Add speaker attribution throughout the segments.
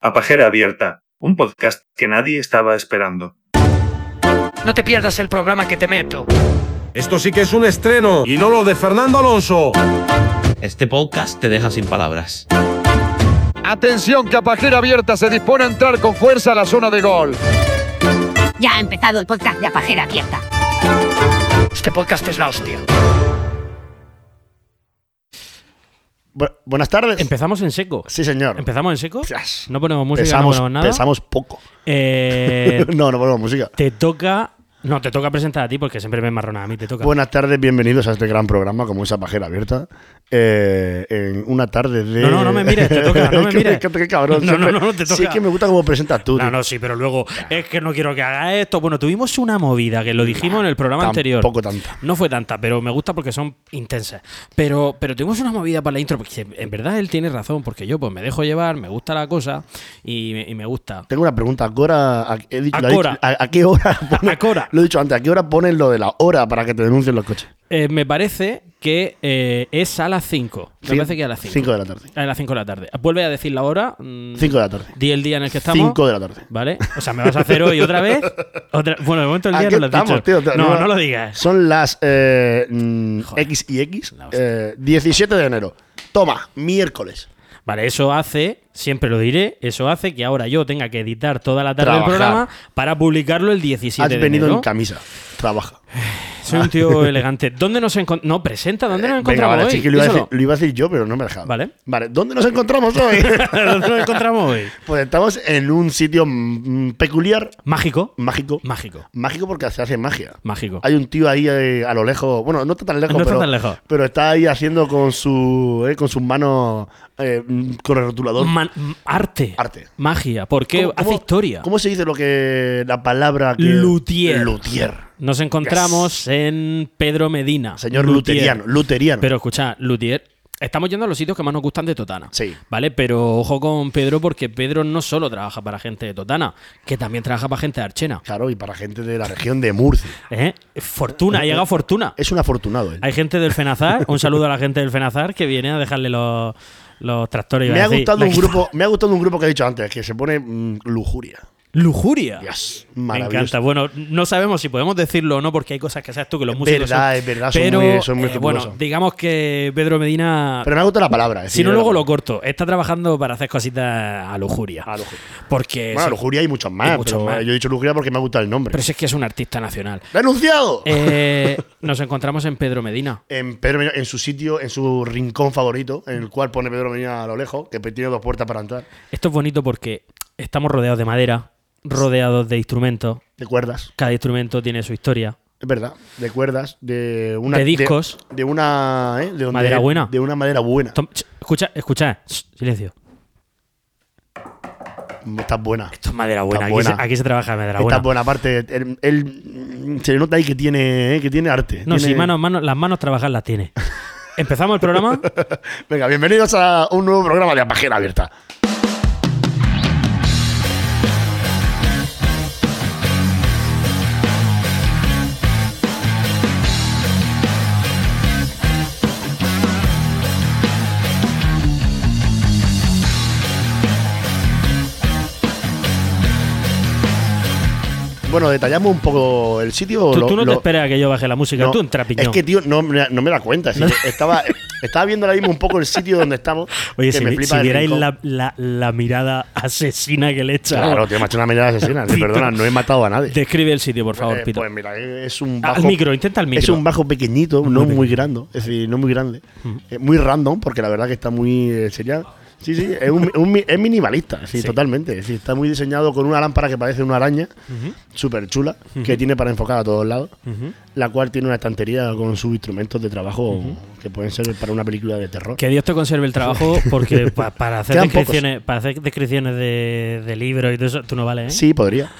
Speaker 1: a Pajera Abierta, un podcast que nadie estaba esperando.
Speaker 2: No te pierdas el programa que te meto.
Speaker 3: Esto sí que es un estreno y no lo de Fernando Alonso.
Speaker 4: Este podcast te deja sin palabras.
Speaker 5: Atención, que a pajera abierta se dispone a entrar con fuerza a la zona de gol.
Speaker 6: Ya ha empezado el podcast de Apajera Abierta.
Speaker 2: Este podcast es la hostia.
Speaker 7: Bu- buenas tardes.
Speaker 8: Empezamos en seco.
Speaker 7: sí, señor.
Speaker 8: ¿Empezamos en seco?
Speaker 7: Yes.
Speaker 8: No ponemos música,
Speaker 7: pesamos,
Speaker 8: no ponemos nada.
Speaker 7: pesamos poco.
Speaker 8: Eh,
Speaker 7: no, no ponemos música.
Speaker 8: te toca. No, te toca presentar a ti porque siempre me enmarrona a mí. Te toca.
Speaker 7: Buenas tardes, bienvenidos a este gran programa, como esa pajera abierta. Eh, en una tarde de.
Speaker 8: No, no, no me mires, te toca, no me
Speaker 7: Qué-
Speaker 8: mires.
Speaker 7: qué- qué cabrón.
Speaker 8: No, no,
Speaker 7: siempre-
Speaker 8: no, no, te
Speaker 7: Sí,
Speaker 8: toca.
Speaker 7: que me gusta cómo presentas tú.
Speaker 8: no,
Speaker 7: tío.
Speaker 8: no, sí, pero luego es que no quiero que haga esto. Bueno, tuvimos una movida que lo dijimos en el programa anterior.
Speaker 7: Tampoco tanta.
Speaker 8: No fue tanta, pero me gusta porque son intensas. Pero, pero tuvimos una movida para la intro, porque en verdad él tiene razón, porque yo pues me dejo llevar, me gusta la cosa y me, y me gusta.
Speaker 7: Tengo una pregunta. ¿Agora, a, he dicho- lo he dicho-
Speaker 8: Acora.
Speaker 7: a- a qué hora? ponen-
Speaker 8: Acora.
Speaker 7: Lo he dicho antes. ¿A qué hora ponen lo de la hora para que te denuncien los coches?
Speaker 8: Eh, me parece que eh, es a las 5. Me
Speaker 7: Cin-
Speaker 8: parece que a las 5.
Speaker 7: cinco de la tarde.
Speaker 8: A las 5 de la tarde. Vuelve a decir la hora. mm,
Speaker 7: 5 de la tarde.
Speaker 8: Di el día en el que estamos.
Speaker 7: 5 de la tarde.
Speaker 8: ¿Vale? O sea, ¿me vas a hacer hoy otra vez? Otra- Bueno, de momento el día
Speaker 7: Aquí
Speaker 8: no lo has
Speaker 7: estamos,
Speaker 8: dicho.
Speaker 7: tío, te-
Speaker 8: no, no lo digas.
Speaker 7: Son las eh, mm,
Speaker 8: Joder.
Speaker 7: X y X,
Speaker 8: La
Speaker 7: eh, 17 de enero. Toma, miércoles.
Speaker 8: Vale, eso hace, siempre lo diré, eso hace que ahora yo tenga que editar toda la tarde
Speaker 7: Trabajar.
Speaker 8: el programa para publicarlo el 17
Speaker 7: Has
Speaker 8: de
Speaker 7: venido
Speaker 8: enero.
Speaker 7: en camisa. Trabaja.
Speaker 8: Soy un tío elegante. ¿Dónde nos encontramos? No, presenta, ¿dónde nos
Speaker 7: Eh, Venga,
Speaker 8: encontramos
Speaker 7: vale,
Speaker 8: hoy?
Speaker 7: sí que lo, iba a
Speaker 8: Díselo.
Speaker 7: decir, lo iba a decir yo, pero no me ha dejado.
Speaker 8: Vale.
Speaker 7: Vale, ¿dónde nos encontramos hoy?
Speaker 8: ¿Dónde nos encontramos hoy?
Speaker 7: pues estamos en un sitio mm, peculiar,
Speaker 8: Mágico.
Speaker 7: mágico.
Speaker 8: Mágico.
Speaker 7: Mágico porque se hace magia.
Speaker 8: Mágico.
Speaker 7: Hay un tío ahí eh, a lo lejos, bueno, no está tan lejos,
Speaker 8: No está
Speaker 7: pero,
Speaker 8: tan lejos.
Speaker 7: pero está ahí haciendo con su eh, con sus manos eh, mm, con el rotulador.
Speaker 8: Man- m- arte.
Speaker 7: Arte.
Speaker 8: Magia. Porque
Speaker 7: ¿Cómo-
Speaker 8: hace
Speaker 7: cómo-
Speaker 8: historia.
Speaker 7: ¿Cómo se dice lo que la palabra que
Speaker 8: Luthier.
Speaker 7: Luthier.
Speaker 8: Nos encontramos en Pedro Medina.
Speaker 7: Señor
Speaker 8: Luthier.
Speaker 7: luteriano, luteriano.
Speaker 8: Pero escucha, Luthier, estamos yendo a los sitios que más nos gustan de Totana.
Speaker 7: Sí.
Speaker 8: ¿Vale? Pero ojo con Pedro porque Pedro no solo trabaja para gente de Totana, que también trabaja para gente de Archena.
Speaker 7: claro, y para gente de la región de Murcia.
Speaker 8: ¿Eh? Fortuna, ha llegado Fortuna.
Speaker 7: Es un afortunado ¿eh? él.
Speaker 8: Hay gente del Fenazar, un saludo a la gente del Fenazar que viene a dejarle los, los tractores. iba
Speaker 7: Me
Speaker 8: a
Speaker 7: ha
Speaker 8: decir,
Speaker 7: gustado
Speaker 8: la
Speaker 7: un
Speaker 8: guitarra.
Speaker 7: grupo, me ha gustado un grupo que he dicho antes, que se pone mm, lujuria.
Speaker 8: Lujuria.
Speaker 7: Yes,
Speaker 8: Ah, Me
Speaker 7: maravilloso.
Speaker 8: encanta. Bueno, no sabemos si podemos decirlo o no, porque hay cosas que sabes tú que los músicos.
Speaker 7: verdad,
Speaker 8: son-
Speaker 7: es verdad, son
Speaker 8: Pero,
Speaker 7: muy- son muy
Speaker 8: eh, bueno,
Speaker 7: escrupulosos.
Speaker 8: digamos que Pedro Medina.
Speaker 7: Pero me ha gustado la palabra. es
Speaker 8: si no,
Speaker 7: decir,
Speaker 8: luego
Speaker 7: la-
Speaker 8: lo corto. Está trabajando para hacer cositas a lujuria.
Speaker 7: A lujuria.
Speaker 8: Porque.
Speaker 7: Bueno,
Speaker 8: sí,
Speaker 7: lujuria hay muchos más,
Speaker 8: Hay muchos
Speaker 7: pero
Speaker 8: más.
Speaker 7: yo he dicho lujuria porque me ha gustado el nombre.
Speaker 8: Pero si es que es un artista nacional.
Speaker 7: ¡Denunciado!
Speaker 8: Eh, nos encontramos en Pedro Medina.
Speaker 7: en, Pedro Medina- en su sitio, en su rincón favorito, en el cual pone Pedro Medina a lo lejos, que tiene dos puertas para entrar.
Speaker 8: Esto es bonito porque estamos rodeados de madera, rodeados de instrumentos.
Speaker 7: De cuerdas,
Speaker 8: Cada instrumento tiene su historia.
Speaker 7: es verdad. De cuerdas, de una.
Speaker 8: De discos.
Speaker 7: De, una. ¿eh? De donde-
Speaker 8: Madera buena.
Speaker 7: De una madera buena.
Speaker 8: Tom- ch- escucha, escucha. Shh, silencio.
Speaker 7: Está buena.
Speaker 8: Esto es madera buena.
Speaker 7: Está
Speaker 8: Aquí,
Speaker 7: buena.
Speaker 8: Se, aquí se trabaja madera
Speaker 7: Está
Speaker 8: buena.
Speaker 7: buena. Aparte, él, él, mm, se le nota ahí que tiene, ¿eh? que tiene arte.
Speaker 8: No,
Speaker 7: tiene-
Speaker 8: sí, manos, manos, las manos trabajar las tiene. ¿Empezamos el programa?
Speaker 7: Venga, bienvenidos a un nuevo programa de Apajera Abierta. Bueno, detallamos un poco el sitio. o
Speaker 8: Tú,
Speaker 7: lo-
Speaker 8: tú no te
Speaker 7: lo-
Speaker 8: esperas a que yo baje la música,
Speaker 7: no,
Speaker 8: tú entra piñón.
Speaker 7: Es que, tío, no, me- no me da cuenta. si que estaba, estaba viendo ahora mismo un poco el sitio donde estamos.
Speaker 8: Oye,
Speaker 7: que
Speaker 8: si,
Speaker 7: me
Speaker 8: vi-
Speaker 7: flipa
Speaker 8: si
Speaker 7: el
Speaker 8: vierais
Speaker 7: rincón.
Speaker 8: la, la- la mirada asesina que le echa.
Speaker 7: Claro, tío, me ha hecho una mirada asesina.
Speaker 8: Pito.
Speaker 7: Perdona, no he matado a nadie.
Speaker 8: Describe el sitio, por favor,
Speaker 7: Eh,
Speaker 8: Pito.
Speaker 7: pues mira, es un
Speaker 8: Ah,
Speaker 7: bajo.
Speaker 8: al micro, intenta el micro.
Speaker 7: Es un bajo pequeñito, no muy grande. Es decir, no muy grande.
Speaker 8: Mm.
Speaker 7: Eh, muy random, porque la verdad que está muy. eh, sería. Sí, sí, es, un- un mi- es minimalista, es decir,
Speaker 8: Sí.
Speaker 7: totalmente. Es decir, está muy diseñado con una lámpara que parece una araña, súper chula, que tiene para enfocar a todos lados, la cual tiene una estantería con sus instrumentos de trabajo que pueden ser para una película de terror.
Speaker 8: Que Dios te conserve el trabajo, porque pa- para, hacer
Speaker 7: Quedan
Speaker 8: descripciones, para hacer descripciones de, de libros y todo eso, tú no vales, ¿eh?
Speaker 7: Sí, podría.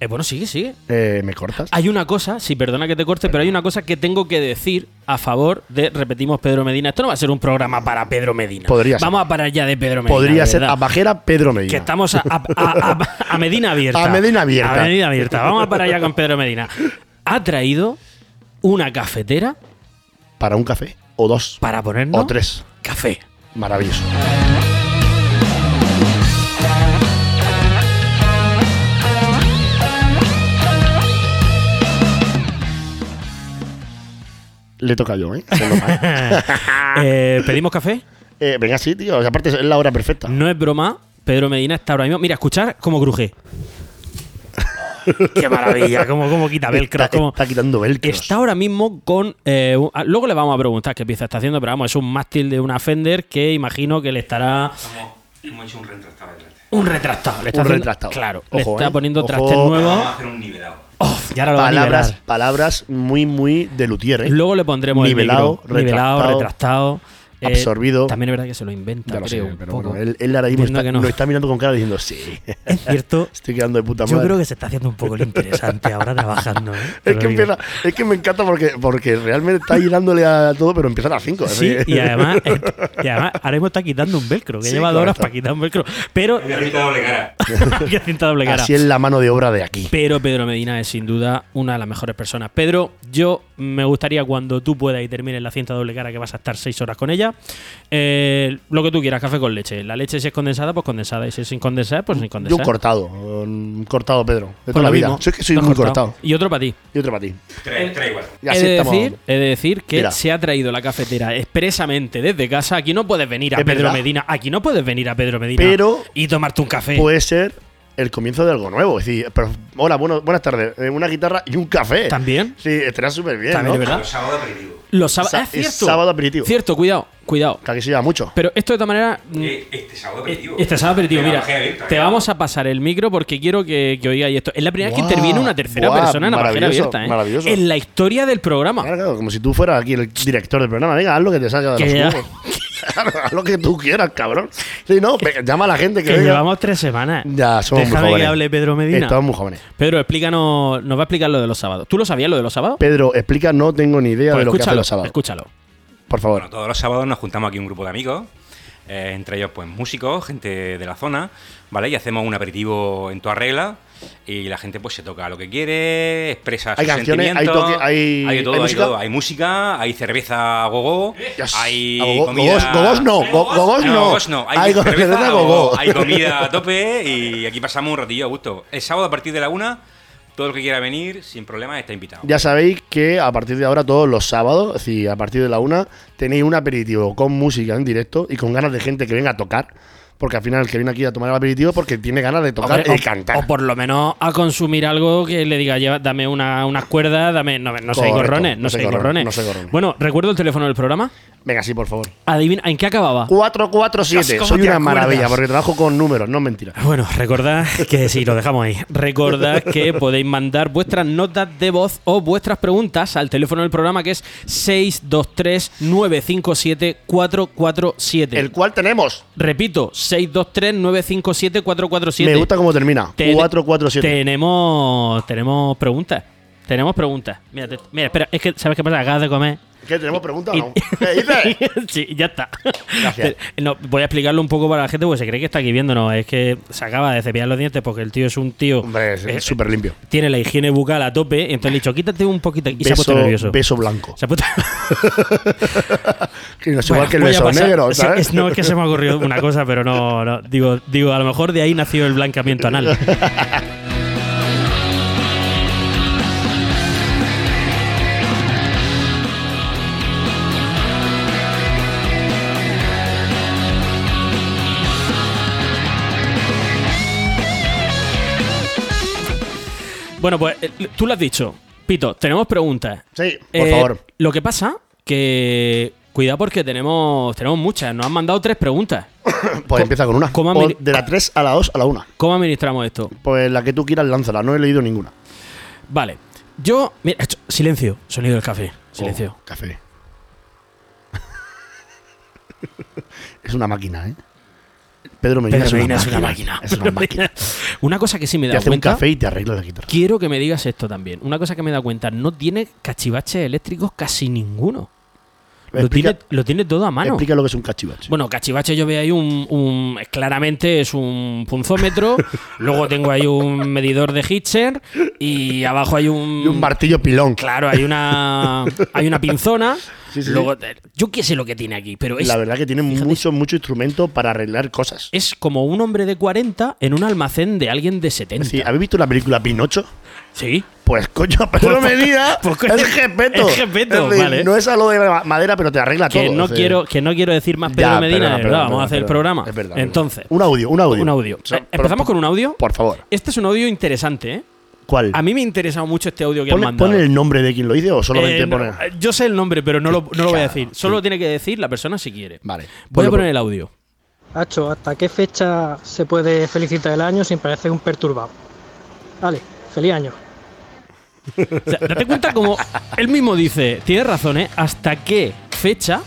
Speaker 8: Eh, bueno, sigue, sigue.
Speaker 7: Eh, ¿Me cortas?
Speaker 8: Hay una cosa, sí, perdona que te corte, pero hay una cosa que tengo que decir a favor de, repetimos, Pedro Medina. Esto no va a ser un programa para Pedro Medina.
Speaker 7: Podría ser.
Speaker 8: Vamos a parar ya de Pedro Medina.
Speaker 7: podría
Speaker 8: de
Speaker 7: ser
Speaker 8: verdad.
Speaker 7: a Bajera Pedro Medina.
Speaker 8: Que estamos a, a- a- a- a Medina abierta.
Speaker 7: A Medina abierta.
Speaker 8: A Medina abierta. Vamos a parar ya con Pedro Medina. Ha traído una cafetera
Speaker 7: Para un café, o dos,
Speaker 8: para ponernos
Speaker 7: o tres.
Speaker 8: café.
Speaker 7: Maravilloso. Le toca yo, ¿eh? Hacerlo mal.
Speaker 8: Eh, ¿Pedimos café?
Speaker 7: Eh, venga, sí, tío. O sea, aparte es la hora perfecta.
Speaker 8: No es broma. Pedro Medina está ahora mismo. Mira, escuchar cómo cruje. Qué maravilla, cómo, cómo quita velcro.
Speaker 7: está,
Speaker 8: cómo-
Speaker 7: está quitando velcros.
Speaker 8: Está ahora mismo con. eh, un- ah, luego le vamos a preguntar qué pieza está haciendo, pero vamos, es un mástil de una Fender que imagino que le estará.
Speaker 9: Hemos hecho un retractable delante.
Speaker 8: Un retractado. Le está
Speaker 7: Un
Speaker 8: haciendo-
Speaker 7: retractado.
Speaker 8: Claro, le
Speaker 7: Ojo,
Speaker 8: está
Speaker 7: eh.
Speaker 8: poniendo
Speaker 7: Ojo.
Speaker 8: trastes nuevos.
Speaker 9: Vamos a hacer un nivelado.
Speaker 8: Oh, y ahora lo va a
Speaker 7: palabras,
Speaker 8: nivelar.
Speaker 7: palabras muy, muy de luthier, ¿eh?
Speaker 8: Luego le pondremos
Speaker 7: Nivelado,
Speaker 8: el micro. nivelado,
Speaker 7: retractado,
Speaker 8: retractado. eh,
Speaker 7: absorbido.
Speaker 8: también es verdad que se lo inventa,
Speaker 7: Ya lo sé,
Speaker 8: creo, un
Speaker 7: pero
Speaker 8: poco.
Speaker 7: bueno, él, él ahora mismo
Speaker 8: Entiendo
Speaker 7: está,
Speaker 8: que no.
Speaker 7: lo está mirando con cara diciendo, sí,
Speaker 10: Es cierto.
Speaker 7: estoy quedando de puta madre.
Speaker 10: Yo creo que se está haciendo un poco el interesante ahora trabajando. ¿eh? Te
Speaker 7: Es
Speaker 10: lo
Speaker 7: que,
Speaker 10: digo.
Speaker 7: empieza, es que me encanta porque, porque realmente está llenándole a todo, pero empieza a las 5.
Speaker 10: Sí, y además, eh, y además ahora mismo está quitando un velcro, que
Speaker 7: Sí,
Speaker 10: lleva dos horas
Speaker 7: correcto.
Speaker 10: para quitar un velcro. Pero
Speaker 9: Me pinta doble cara.
Speaker 10: que cinta doble cara.
Speaker 7: Así es la mano de obra de aquí.
Speaker 8: Pero Pedro Medina es sin duda una de las mejores personas. Pedro, yo me gustaría cuando tú puedas y termines la cinta doble cara, que vas a estar seis horas con ella, eh, lo que tú quieras, café con leche. La leche si es condensada, pues condensada. Y si es sin condensar, pues sin
Speaker 7: Yo
Speaker 8: condensar.
Speaker 7: un cortado, un cortado Pedro, de
Speaker 8: Pues
Speaker 7: toda
Speaker 8: lo
Speaker 7: la vida.
Speaker 8: mismo.
Speaker 7: Yo es que soy
Speaker 8: Te has
Speaker 7: muy cortado.
Speaker 8: Y otro para ti.
Speaker 7: Y otro para ti.
Speaker 9: Tres, tres igual.
Speaker 7: Y
Speaker 8: He
Speaker 7: así
Speaker 8: de,
Speaker 7: estamos.
Speaker 8: decir, he de decir que
Speaker 7: Mira.
Speaker 8: se ha traído la cafetera expresamente desde casa. Aquí no puedes venir a
Speaker 7: Es
Speaker 8: Pedro
Speaker 7: verdad.
Speaker 8: Medina. Aquí no puedes venir a Pedro Medina
Speaker 7: Pero-
Speaker 8: y tomarte un café.
Speaker 7: Puede ser el comienzo de algo nuevo. Es decir, pero- hola, bueno, buenas tardes. eh, Una guitarra y un café.
Speaker 8: También.
Speaker 7: Sí, estará súper bien.
Speaker 8: También es
Speaker 7: ¿no?
Speaker 8: verdad.
Speaker 9: Los sábados aperitivo.
Speaker 8: Los sábados.
Speaker 7: Sa-
Speaker 8: es cierto.
Speaker 7: es sábado aperitivo.
Speaker 8: Cierto, cuidado, cuidado.
Speaker 7: Que aquí se lleva mucho.
Speaker 8: Pero esto de todas maneras. mm,
Speaker 9: Eh, Este sábado aperitivo.
Speaker 8: Este sábado aperitivo,
Speaker 9: Venga,
Speaker 8: mira,
Speaker 9: bajé abierta,
Speaker 8: te
Speaker 9: venga.
Speaker 8: vamos a pasar el micro porque quiero que, que oigáis esto. Es la primera vez
Speaker 7: Guau,
Speaker 8: que interviene una tercera
Speaker 7: guau,
Speaker 8: persona en la pajera
Speaker 7: maravilloso,
Speaker 8: abierta, ¿eh?
Speaker 7: maravilloso.
Speaker 8: En la historia del programa.
Speaker 7: Claro, claro, como si tú fueras aquí el director del programa. Venga, haz lo que te salga de
Speaker 8: Que
Speaker 7: los
Speaker 8: ya-
Speaker 7: huevos. Claro, haz lo que tú quieras, cabrón. Sí, no, venga, llama a la gente que
Speaker 10: Que
Speaker 7: venga.
Speaker 10: llevamos tres semanas.
Speaker 7: Ya, somos muy
Speaker 10: Déjame que
Speaker 7: jóvenes.
Speaker 10: hable Pedro Medina.
Speaker 7: Estamos muy jóvenes.
Speaker 8: Pedro, explícanos, nos va a explicar lo de los sábados. ¿Tú lo sabías lo de los sábados?
Speaker 7: Pedro, explica, no tengo ni idea
Speaker 8: Pues
Speaker 7: de lo que hace
Speaker 8: escúchalo,
Speaker 7: los sábados.
Speaker 8: escúchalo.
Speaker 7: Por
Speaker 9: Bueno,
Speaker 7: favor.
Speaker 9: todos los sábados nos juntamos aquí un grupo de amigos, eh, entre ellos pues músicos, gente de la zona, ¿vale? Y hacemos un aperitivo en toda regla y la gente pues se toca lo que quiere, expresa
Speaker 7: Hay
Speaker 9: sus
Speaker 7: canciones, hay
Speaker 9: sentimientos,
Speaker 7: toque, hay-
Speaker 9: hay de todo,
Speaker 7: hay
Speaker 9: hay,
Speaker 7: música.
Speaker 9: todo, hay música, hay cerveza a gogo,
Speaker 7: Yes.
Speaker 9: hay
Speaker 7: A gogo-
Speaker 9: comida-
Speaker 7: gogos- gogos no, go- gogos no.
Speaker 9: gogos no, hay,
Speaker 7: Hay go- cerveza
Speaker 9: cerveza a
Speaker 7: a gogo.
Speaker 9: gogo, hay comida a tope y aquí pasamos un ratillo a gusto. El sábado a partir de la una, todo el que quiera venir sin problemas está invitado.
Speaker 7: Ya sabéis que a partir de ahora, todos los sábados, es decir, a partir de la una, tenéis un aperitivo con música en directo y con ganas de gente que venga a tocar. Porque al final el que viene aquí a tomar el aperitivo es porque tiene ganas de tocar
Speaker 8: Hombre,
Speaker 7: y cantar.
Speaker 8: o por lo menos a consumir algo que le diga, "Lleva- dame una, unas cuerdas, dame. No, no sé,
Speaker 7: Correcto,
Speaker 8: gorrones, no,
Speaker 7: no
Speaker 8: sé,
Speaker 7: soy gorrón,
Speaker 8: gorrones.
Speaker 7: no soy gorrón.
Speaker 8: Bueno, recuerdo el teléfono del programa.
Speaker 7: Venga, sí, por favor.
Speaker 8: Adivina, ¿en qué acababa?
Speaker 7: 447.
Speaker 8: Dios, ¿cómo
Speaker 7: Soy
Speaker 8: te
Speaker 7: una
Speaker 8: acuerdas?
Speaker 7: maravilla porque trabajo con números, no es mentira.
Speaker 8: Bueno, recordad que sí, lo dejamos ahí. Recordad que podéis mandar vuestras notas de voz o vuestras preguntas al teléfono del programa que es 623-957-447.
Speaker 7: El cual tenemos.
Speaker 8: Repito, 623-957-447.
Speaker 7: Me gusta cómo termina.
Speaker 8: Te-
Speaker 7: 447.
Speaker 8: Tenemos, tenemos preguntas. Tenemos preguntas. Mira, te- mira, espera, es que, ¿sabes qué pasa? Acabas de comer.
Speaker 7: ¿Qué tenemos pregunta o
Speaker 8: Y- eh,
Speaker 7: no? ¿Qué dices?
Speaker 8: sí, ya está.
Speaker 7: Gracias.
Speaker 8: Te- no, voy a explicarlo un poco para la gente porque se cree que está aquí viéndonos. Es que se acaba de cepillar los dientes porque el tío es un tío.
Speaker 7: Hombre, es-
Speaker 8: eh,
Speaker 7: es súper limpio.
Speaker 8: tiene la higiene bucal a tope. Y entonces le he dicho, quítate un poquito. Y se ha
Speaker 7: Beso,
Speaker 8: puesto nervioso.
Speaker 7: beso blanco.
Speaker 8: Se ha puesto.
Speaker 7: Que no es
Speaker 8: Bueno,
Speaker 7: igual que el
Speaker 8: voy a
Speaker 7: beso
Speaker 8: pasar-
Speaker 7: negro,
Speaker 8: sí,
Speaker 7: ¿sabes?
Speaker 8: es- no, es que se me ha ocurrido una cosa, pero no, no. Digo, digo, a lo mejor de ahí nació el blancamiento anal. Bueno, pues eh, tú lo has dicho. Pito, tenemos preguntas.
Speaker 7: Sí, por
Speaker 8: Eh,
Speaker 7: favor.
Speaker 8: Lo que pasa que. Cuidado porque tenemos, tenemos muchas. Nos han mandado tres preguntas.
Speaker 7: Pues empieza con una.
Speaker 8: coma
Speaker 7: O
Speaker 8: mini-
Speaker 7: de la 3 a la 2 a la 1.
Speaker 8: ¿Cómo administramos esto?
Speaker 7: Pues la que tú quieras, lánzala. No he leído ninguna.
Speaker 8: Vale. Yo. Mira, ch- silencio. Sonido del café. Silencio.
Speaker 7: Oh, café. es una máquina, ¿eh? Pedro Medina,
Speaker 8: Pedro
Speaker 7: es,
Speaker 8: Medina
Speaker 7: una máquina. Es una máquina.
Speaker 8: Una cosa que sí me
Speaker 7: Te
Speaker 8: da
Speaker 7: hace un
Speaker 8: cuenta.
Speaker 7: café y te arregla la guitarra.
Speaker 8: Quiero que me digas esto también. Una cosa que me da cuenta. No tiene cachivaches eléctricos casi ninguno. Lo
Speaker 7: Explica-
Speaker 8: tiene, lo tiene todo a mano.
Speaker 7: Explica lo que es un cachivache.
Speaker 8: Bueno, cachivache yo veo ahí un, un- claramente es un punzómetro, luego tengo ahí un medidor de Hitcher y abajo hay un
Speaker 7: y un martillo pilón.
Speaker 8: Claro, hay una hay una pinzona
Speaker 7: Sí, sí,
Speaker 8: Luego, eh, yo qué sé lo que tiene aquí, pero es,
Speaker 7: La verdad que tiene mucho, mucho instrumento para arreglar cosas.
Speaker 8: es como un hombre de 40 en un almacén de alguien de
Speaker 7: Es
Speaker 8: 70.
Speaker 7: decir, ¿habéis visto la película Pinocho?
Speaker 8: Sí.
Speaker 7: Pues coño, Pedro
Speaker 8: Pues,
Speaker 7: Medina
Speaker 8: pues, coño,
Speaker 7: es Gepeto.
Speaker 8: es Gepeto,
Speaker 7: Es decir,
Speaker 8: vale.
Speaker 7: No es algo de ma- madera, pero te arregla
Speaker 8: Que
Speaker 7: todo.
Speaker 8: no,
Speaker 7: es decir,
Speaker 8: quiero, que no quiero decir más Pedro
Speaker 7: eh. ya,
Speaker 8: Medina,
Speaker 7: perdona,
Speaker 8: de
Speaker 7: perdona,
Speaker 8: verdad, vamos
Speaker 7: perdona,
Speaker 8: a hacer el
Speaker 7: perdona.
Speaker 8: programa.
Speaker 7: Es verdad,
Speaker 8: Entonces,
Speaker 7: verdad. Un audio, un audio.
Speaker 8: un audio.
Speaker 7: O sea,
Speaker 8: Eh,
Speaker 7: por-
Speaker 8: ¿Empezamos con un audio?
Speaker 7: Por favor.
Speaker 8: Este es un audio interesante, ¿eh?
Speaker 7: ¿Cuál?
Speaker 8: A mí me ha interesado mucho este audio que han
Speaker 7: ¿Pone,
Speaker 8: mandado.
Speaker 7: pone el nombre de quien lo dice o solamente
Speaker 8: Eh, no,
Speaker 7: pone.?
Speaker 8: eh, yo sé el nombre, pero no lo, no lo voy a decir. Solo lo tiene que decir la persona si quiere.
Speaker 7: Vale.
Speaker 8: Voy
Speaker 7: Bueno,
Speaker 8: a poner el audio.
Speaker 2: Hacho, ¿hasta qué fecha se puede felicitar el año sin parecer un perturbado? Vale, feliz año.
Speaker 8: O sea, date cuenta como él mismo dice, tienes razón, ¿eh? ¿Hasta qué fecha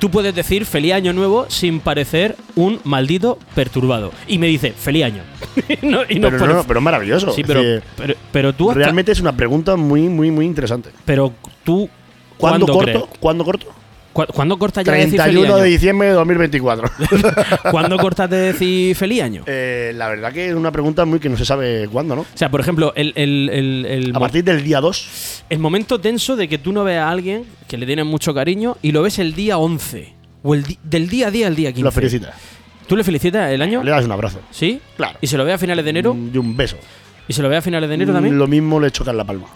Speaker 8: tú puedes decir feliz año nuevo sin parecer un maldito perturbado? Y me dice, feliz año. y no, y no
Speaker 7: pero,
Speaker 8: pare-
Speaker 7: no, pero es maravilloso.
Speaker 8: sí,
Speaker 7: es
Speaker 8: pero,
Speaker 7: decir,
Speaker 8: pero, pero tú hasta-
Speaker 7: realmente es una pregunta muy, muy, muy interesante.
Speaker 8: Pero tú...
Speaker 7: ¿Cuándo,
Speaker 8: crees?
Speaker 7: corto? ¿Cuándo corto?
Speaker 8: ¿Cu- ¿Cuándo cortas ya de decir feliz
Speaker 7: 31
Speaker 8: año?
Speaker 7: de diciembre de 2024.
Speaker 8: ¿Cuándo cortas de decir feliz año?
Speaker 7: Eh, la verdad que es una pregunta muy que no se sabe cuándo, ¿no?
Speaker 8: O sea, por ejemplo, el, el- el- el
Speaker 7: A
Speaker 8: mo-
Speaker 7: partir del día 2.
Speaker 8: el momento tenso de que tú no veas a alguien que le tienes mucho cariño y lo ves el día 11. O el di- del día a día al día 15.
Speaker 7: Lo felicitas.
Speaker 8: ¿Tú le felicitas el año?
Speaker 7: Le das un abrazo.
Speaker 8: ¿Sí?
Speaker 7: Claro. Mm.
Speaker 8: ¿Y se lo ve a finales de enero?
Speaker 7: Y un beso.
Speaker 8: ¿Y se lo ve a finales de enero también?
Speaker 7: Lo mismo le chocan la palma.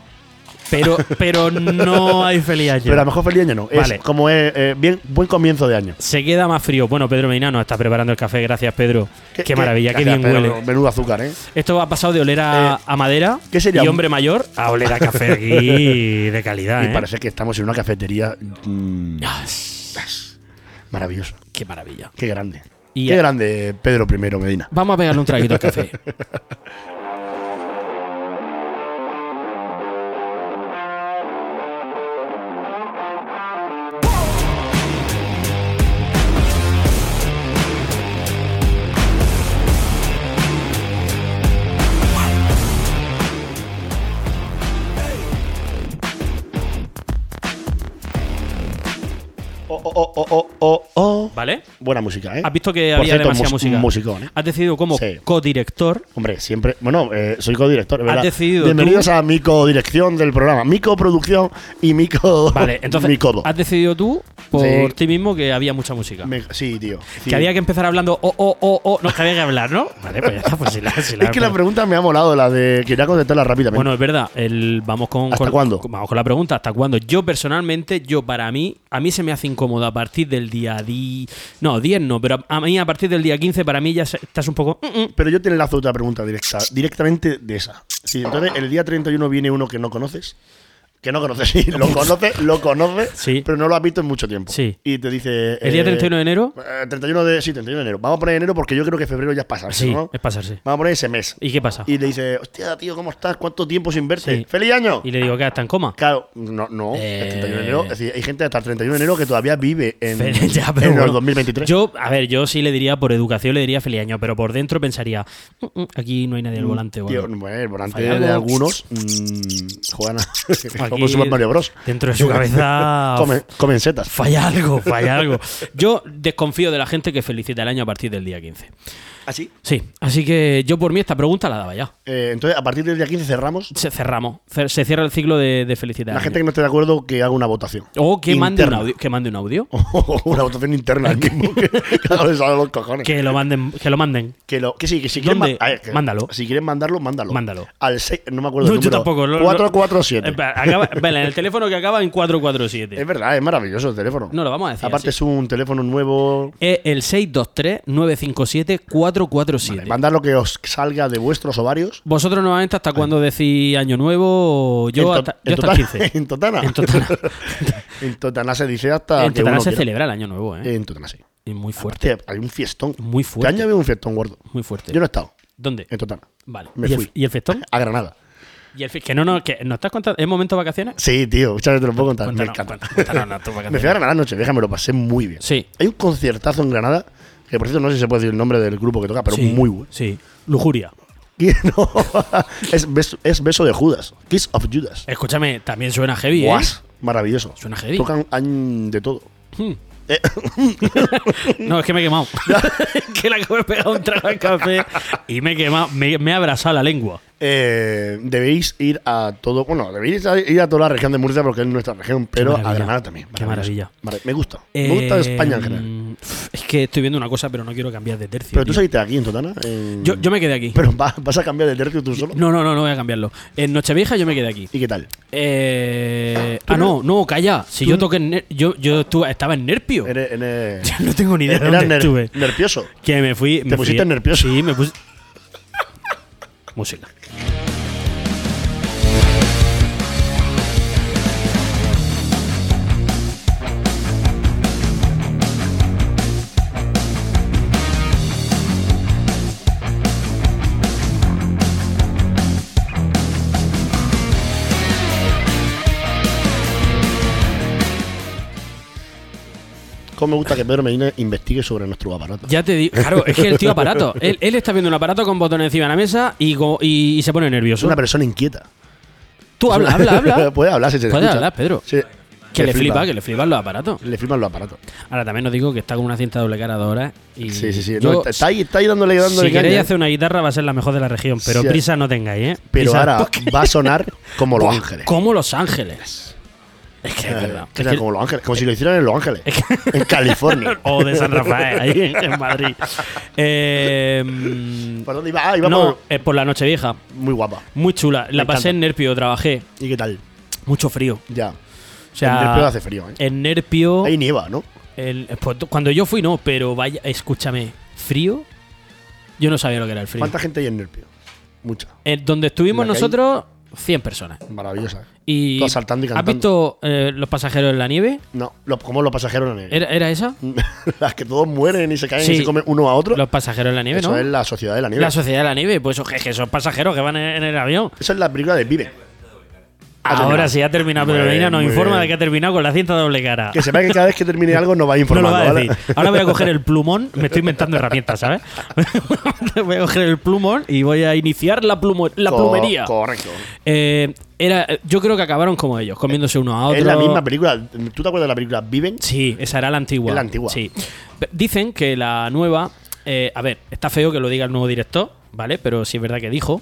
Speaker 8: Pero, pero no hay feliz año.
Speaker 7: Pero a lo mejor feliz año no. Es
Speaker 8: Vale.
Speaker 7: como es eh, bien, buen comienzo de año.
Speaker 8: Se queda más frío. Bueno, Pedro Medina nos está preparando el café. Gracias, Pedro. Qué,
Speaker 7: que-
Speaker 8: maravilla, qué
Speaker 7: gracias,
Speaker 8: bien
Speaker 7: Pedro,
Speaker 8: huele.
Speaker 7: Menudo azúcar, ¿eh?
Speaker 8: Esto ha pasado de oler a,
Speaker 7: Eh,
Speaker 8: a madera
Speaker 7: ¿qué sería
Speaker 8: y
Speaker 7: un-
Speaker 8: hombre mayor a oler a café aquí de calidad.
Speaker 7: y
Speaker 8: ¿eh?
Speaker 7: parece que estamos en una cafetería. mm, maravilloso.
Speaker 8: Qué maravilla.
Speaker 7: Qué grande.
Speaker 8: Y-
Speaker 7: Qué grande Pedro I Medina.
Speaker 8: Vamos a pegarle un traguito al café.
Speaker 7: Oh, oh, oh, oh, oh, oh.
Speaker 8: ¿Vale?
Speaker 7: Buena música, ¿eh?
Speaker 8: Has visto que
Speaker 7: Por
Speaker 8: había
Speaker 7: cierto,
Speaker 8: demasiada
Speaker 7: mus-
Speaker 8: música.
Speaker 7: musicón, ¿eh?
Speaker 8: Has decidido como
Speaker 7: Sí.
Speaker 8: codirector.
Speaker 7: Hombre, siempre. Bueno, eh, soy codirector, es ¿verdad?
Speaker 8: decidido
Speaker 7: Bienvenidos
Speaker 8: tú-
Speaker 7: a mi codirección del programa. Mi coproducción y mi co.
Speaker 8: Vale, entonces
Speaker 7: mi codo.
Speaker 8: has decidido tú por
Speaker 7: Sí.
Speaker 8: ti mismo que había mucha música.
Speaker 7: Me- sí, tío. sí.
Speaker 8: Que había que empezar hablando oh, oh, oh, oh. No, que había que hablar, ¿no? Vale, pues ya está, pues si la, si la-
Speaker 7: Es que la pregunta me ha molado, la de. Quería contestarla rápidamente.
Speaker 8: Bueno, es verdad. El, vamos con,
Speaker 7: ¿Hasta
Speaker 8: con-
Speaker 7: cuándo?
Speaker 8: Vamos con la pregunta. ¿Hasta cuándo? Yo personalmente, yo para mí, a mí se me hace incómodo a partir del día 10. No, 10 no, pero a, a mí a partir del día 15, para mí ya se- estás un poco. "Mm, mm".
Speaker 7: Pero yo te enlazo otra pregunta directa, directamente de esa. Sí, entonces el día 31 viene uno que no conoces. Que no conoces, sí, lo conoces, lo conoces,
Speaker 8: Sí.
Speaker 7: pero no lo has visto en mucho tiempo.
Speaker 8: Sí.
Speaker 7: Y te dice.
Speaker 8: ¿El día 31 de enero?
Speaker 7: eh, 31 de, sí, 31 de enero. Vamos a poner enero porque yo creo que febrero ya es pasado.
Speaker 8: Sí,
Speaker 7: ¿no?
Speaker 8: es pasarse.
Speaker 7: Vamos a poner ese mes.
Speaker 8: ¿Y qué pasa?
Speaker 7: Y le dice, hostia, tío, ¿cómo estás? ¿Cuánto tiempo sin verte?
Speaker 8: Sí.
Speaker 7: ¡Feliz año!
Speaker 8: Y le digo que hasta en coma.
Speaker 7: Claro, no, no.
Speaker 8: Eh.
Speaker 7: El 31 de enero. Es decir, hay gente hasta el 31 de enero que todavía vive en,
Speaker 8: Fe- ya, pero
Speaker 7: en el
Speaker 8: bueno.
Speaker 7: 2023.
Speaker 8: Yo, a ver, yo sí le diría por educación, le diría feliz año, pero por dentro pensaría, "Mm, mm, aquí no hay nadie al volante. o
Speaker 7: Tío,
Speaker 8: algo".
Speaker 7: bueno, el volante
Speaker 8: Fallado.
Speaker 7: de algunos mm, juegan a, como
Speaker 8: Aquí,
Speaker 7: Super Mario Bros.
Speaker 8: Dentro de su cabeza
Speaker 7: Comen, comen setas.
Speaker 8: falla algo, falla algo. Yo desconfío de la gente que felicita el año a partir del día 15.
Speaker 7: ¿Así?
Speaker 8: Sí, así que yo por mí esta pregunta la daba ya.
Speaker 7: Eh, entonces, a partir del día 15 cerramos.
Speaker 8: Se cerramos, cer- se cierra el ciclo de, de felicitar.
Speaker 7: La
Speaker 8: al
Speaker 7: gente
Speaker 8: año.
Speaker 7: que no esté de acuerdo que haga una votación.
Speaker 8: o que mande, un
Speaker 7: Interna. Oh,
Speaker 8: audio, que mande un audio.
Speaker 7: una votación interna. el mismo que cada vez salen los cojones.
Speaker 8: Que lo manden, que lo manden.
Speaker 7: Que, lo, que sí, que si quieren
Speaker 8: ¿Dónde?
Speaker 7: ma- a ver, que-
Speaker 8: Mándalo.
Speaker 7: Si quieren mandarlo, mándalo.
Speaker 8: Mándalo.
Speaker 7: Al 6, no me acuerdo
Speaker 8: No,
Speaker 7: el
Speaker 8: yo
Speaker 7: número.
Speaker 8: tampoco, lo- lo-
Speaker 7: 447.
Speaker 8: Eh, acaba- vale, en el teléfono que acaba en
Speaker 7: es
Speaker 8: 447.
Speaker 7: verdad, es maravilloso el teléfono.
Speaker 8: No, lo vamos a decir
Speaker 7: Aparte
Speaker 8: así.
Speaker 7: es un teléfono nuevo.
Speaker 8: Es el 623-957-447.
Speaker 7: Mandad lo que os salga de vuestros ovarios.
Speaker 8: Vosotros nuevamente hasta cuándo decís año nuevo, yo
Speaker 7: En to-
Speaker 8: hasta,
Speaker 7: en
Speaker 8: yo hasta el
Speaker 7: total-
Speaker 8: 15.
Speaker 7: En Totana.
Speaker 8: En total,
Speaker 7: En Totana se dice hasta.
Speaker 8: en
Speaker 7: que
Speaker 8: total
Speaker 7: uno
Speaker 8: se
Speaker 7: quiera.
Speaker 8: celebra el año nuevo, ¿eh?
Speaker 7: En Totana, sí.
Speaker 8: Y muy fuerte,
Speaker 7: Hostia, hay un fiestón.
Speaker 8: Muy fuerte.
Speaker 7: Este año había un fiestón gordo.
Speaker 8: muy fuerte.
Speaker 7: Yo no he estado
Speaker 8: ¿Dónde?
Speaker 7: en Totana.
Speaker 8: Vale.
Speaker 7: Me
Speaker 8: ¿Y,
Speaker 7: fui.
Speaker 8: El, ¿Y el festón?
Speaker 7: A Granada.
Speaker 8: ¿Y el fe- que no, no, que ¿Nos estás contando? ¿Es momento vacaciones?
Speaker 7: Sí, tío, muchas veces te lo puedo contar. me
Speaker 8: Cuéntanos,
Speaker 7: encanta.
Speaker 8: cuéntanos, cuéntanos, no, tus vacaciones.
Speaker 7: Me fui a Granada anoche, vieja, me lo pasé muy bien.
Speaker 8: Sí.
Speaker 7: Hay un conciertazo en Granada, que por cierto no sé si se puede decir el nombre del grupo que toca, pero
Speaker 8: Sí,
Speaker 7: muy bueno.
Speaker 8: Sí. Lujuria.
Speaker 7: Y no, es, beso, es Beso de Judas, Kiss of Judas.
Speaker 8: Escúchame, también suena heavy, ¿eh?
Speaker 7: Guas, maravilloso.
Speaker 8: Suena heavy.
Speaker 7: Tocan han de todo.
Speaker 8: No, es que me he quemado. que le acabo de pegar un trago al café y me he quemado, me, me he abrasado la lengua.
Speaker 7: eh, debéis ir a todo. Bueno, debéis a- ir a toda la región de Murcia porque es nuestra región, pero a
Speaker 8: maravilla.
Speaker 7: Granada también.
Speaker 8: Qué
Speaker 7: Maravilloso.
Speaker 8: maravilla.
Speaker 7: Mara- Me gusta. me gusta
Speaker 8: Eh,
Speaker 7: España en general.
Speaker 8: mm, pf, Es que estoy viendo una cosa, pero no quiero cambiar de tercio.
Speaker 7: Pero tú
Speaker 8: tío.
Speaker 7: saliste aquí en Totana. en-
Speaker 8: yo, yo me quedé aquí.
Speaker 7: Pero va- vas a cambiar de tercio tú solo.
Speaker 8: No, no, no, no voy a cambiarlo. En Nochevieja yo me quedé aquí.
Speaker 7: ¿Y qué tal?
Speaker 8: Eh, ah, no, no, calla. Si yo toqué en Ner- yo, yo estuve- estaba en Nerpio.
Speaker 7: Eres, eres-
Speaker 8: no tengo ni idea de
Speaker 7: eras
Speaker 8: dónde
Speaker 7: ner-
Speaker 8: estuve.
Speaker 7: nervioso.
Speaker 8: Que me fui. me fui-
Speaker 7: pusiste nervioso.
Speaker 8: Sí, me puse. Música.
Speaker 7: ¿Cómo me gusta que Pedro Medina investigue sobre nuestro aparato?
Speaker 8: Ya te digo. Claro, es que el tío aparato. Él, él está viendo un aparato con botones encima de la mesa y, go- y, y se pone
Speaker 7: Es
Speaker 8: nervioso.
Speaker 7: una persona inquieta.
Speaker 8: Tú habla, habla, habla.
Speaker 7: Puedes hablar si te
Speaker 8: Puedes
Speaker 7: escucha.
Speaker 8: hablar, Pedro.
Speaker 7: Sí.
Speaker 8: Que le flipa, que le flipan los aparatos.
Speaker 7: Le flipan los aparatos.
Speaker 8: Ahora también os digo que está con una cinta doble cara de ahora. Y
Speaker 7: Sí, sí, sí.
Speaker 8: yo-
Speaker 7: No, está, está ahí, está ahí dándole, dándole
Speaker 8: si queréis
Speaker 7: caña. ¿eh?
Speaker 8: hacer una guitarra va a ser la mejor de la región, pero
Speaker 7: Sí,
Speaker 8: prisa no tengáis, ¿eh?
Speaker 7: Pero
Speaker 8: Prisa-
Speaker 7: ahora
Speaker 8: Porque-
Speaker 7: va a sonar como Los
Speaker 8: Buah,
Speaker 7: Ángeles. Eh, Ah,
Speaker 8: Como Los Ángeles. Es que es verdad.
Speaker 7: O
Speaker 8: Es
Speaker 7: sea,
Speaker 8: que-
Speaker 7: como Los Ángeles. Como si lo hicieran en Los Ángeles. en California.
Speaker 8: o de San Rafael, ahí en en Madrid. Eh, mm,
Speaker 7: ¿Por dónde iba? Ah, iba
Speaker 8: no,
Speaker 7: por-
Speaker 8: es por la noche vieja.
Speaker 7: Muy guapa.
Speaker 8: Muy chula. La
Speaker 7: Me
Speaker 8: pasé en
Speaker 7: encanta.
Speaker 8: Nerpio, trabajé.
Speaker 7: ¿Y qué tal?
Speaker 8: Mucho frío.
Speaker 7: Ya.
Speaker 8: O sea,
Speaker 7: en Nerpio hace frío, ¿eh?
Speaker 8: En Nerpio.
Speaker 7: Ahí nieva, ¿no?
Speaker 8: el- pues, cuando yo fui, no, pero vaya, escúchame, frío. Yo no sabía lo que era el frío.
Speaker 7: ¿Cuánta gente hay en Nerpio? Mucha.
Speaker 8: El- donde estuvimos
Speaker 7: ¿En la calle?
Speaker 8: nosotros, 100 personas.
Speaker 7: Maravillosa.
Speaker 8: Y
Speaker 7: Todo saltando y
Speaker 8: ¿Has
Speaker 7: cantando.
Speaker 8: visto eh, los pasajeros en la nieve?
Speaker 7: No, lo- como los pasajeros en el-
Speaker 8: ¿Era, era esa?
Speaker 7: Las que todos mueren y se caen
Speaker 8: Sí.
Speaker 7: y se comen uno a otro.
Speaker 8: Los pasajeros en la nieve,
Speaker 7: Eso
Speaker 8: ¿no?
Speaker 7: es la sociedad de la nieve.
Speaker 8: La sociedad de la nieve, pues esos, esos pasajeros que van en, en el avión.
Speaker 7: Esa es la película de Vive. Ha
Speaker 8: Ahora
Speaker 7: terminado.
Speaker 8: sí ha terminado, Pedro
Speaker 7: Muy bien,
Speaker 8: Medina nos
Speaker 7: muy
Speaker 8: informa
Speaker 7: bien.
Speaker 8: de que ha terminado con la cinta doble cara.
Speaker 7: Que sepa que cada vez que termine algo nos va
Speaker 8: No
Speaker 7: informando,
Speaker 8: lo va a
Speaker 7: ¿vale?
Speaker 8: decir. Ahora voy a coger el plumón, me estoy inventando herramientas, ¿sabes? voy a coger el plumón y voy a iniciar la, plumo- la
Speaker 7: Co-
Speaker 8: plumería.
Speaker 7: Correcto.
Speaker 8: Eh, era, yo creo que acabaron como ellos, comiéndose uno a otro.
Speaker 7: Es la misma película. ¿Tú te acuerdas de la película Viven?
Speaker 8: Sí, esa era la antigua.
Speaker 7: Es la antigua.
Speaker 8: Sí. Pe- Dicen que la nueva. eh, a ver, está feo que lo diga el nuevo director, ¿vale? Pero sí es verdad que dijo.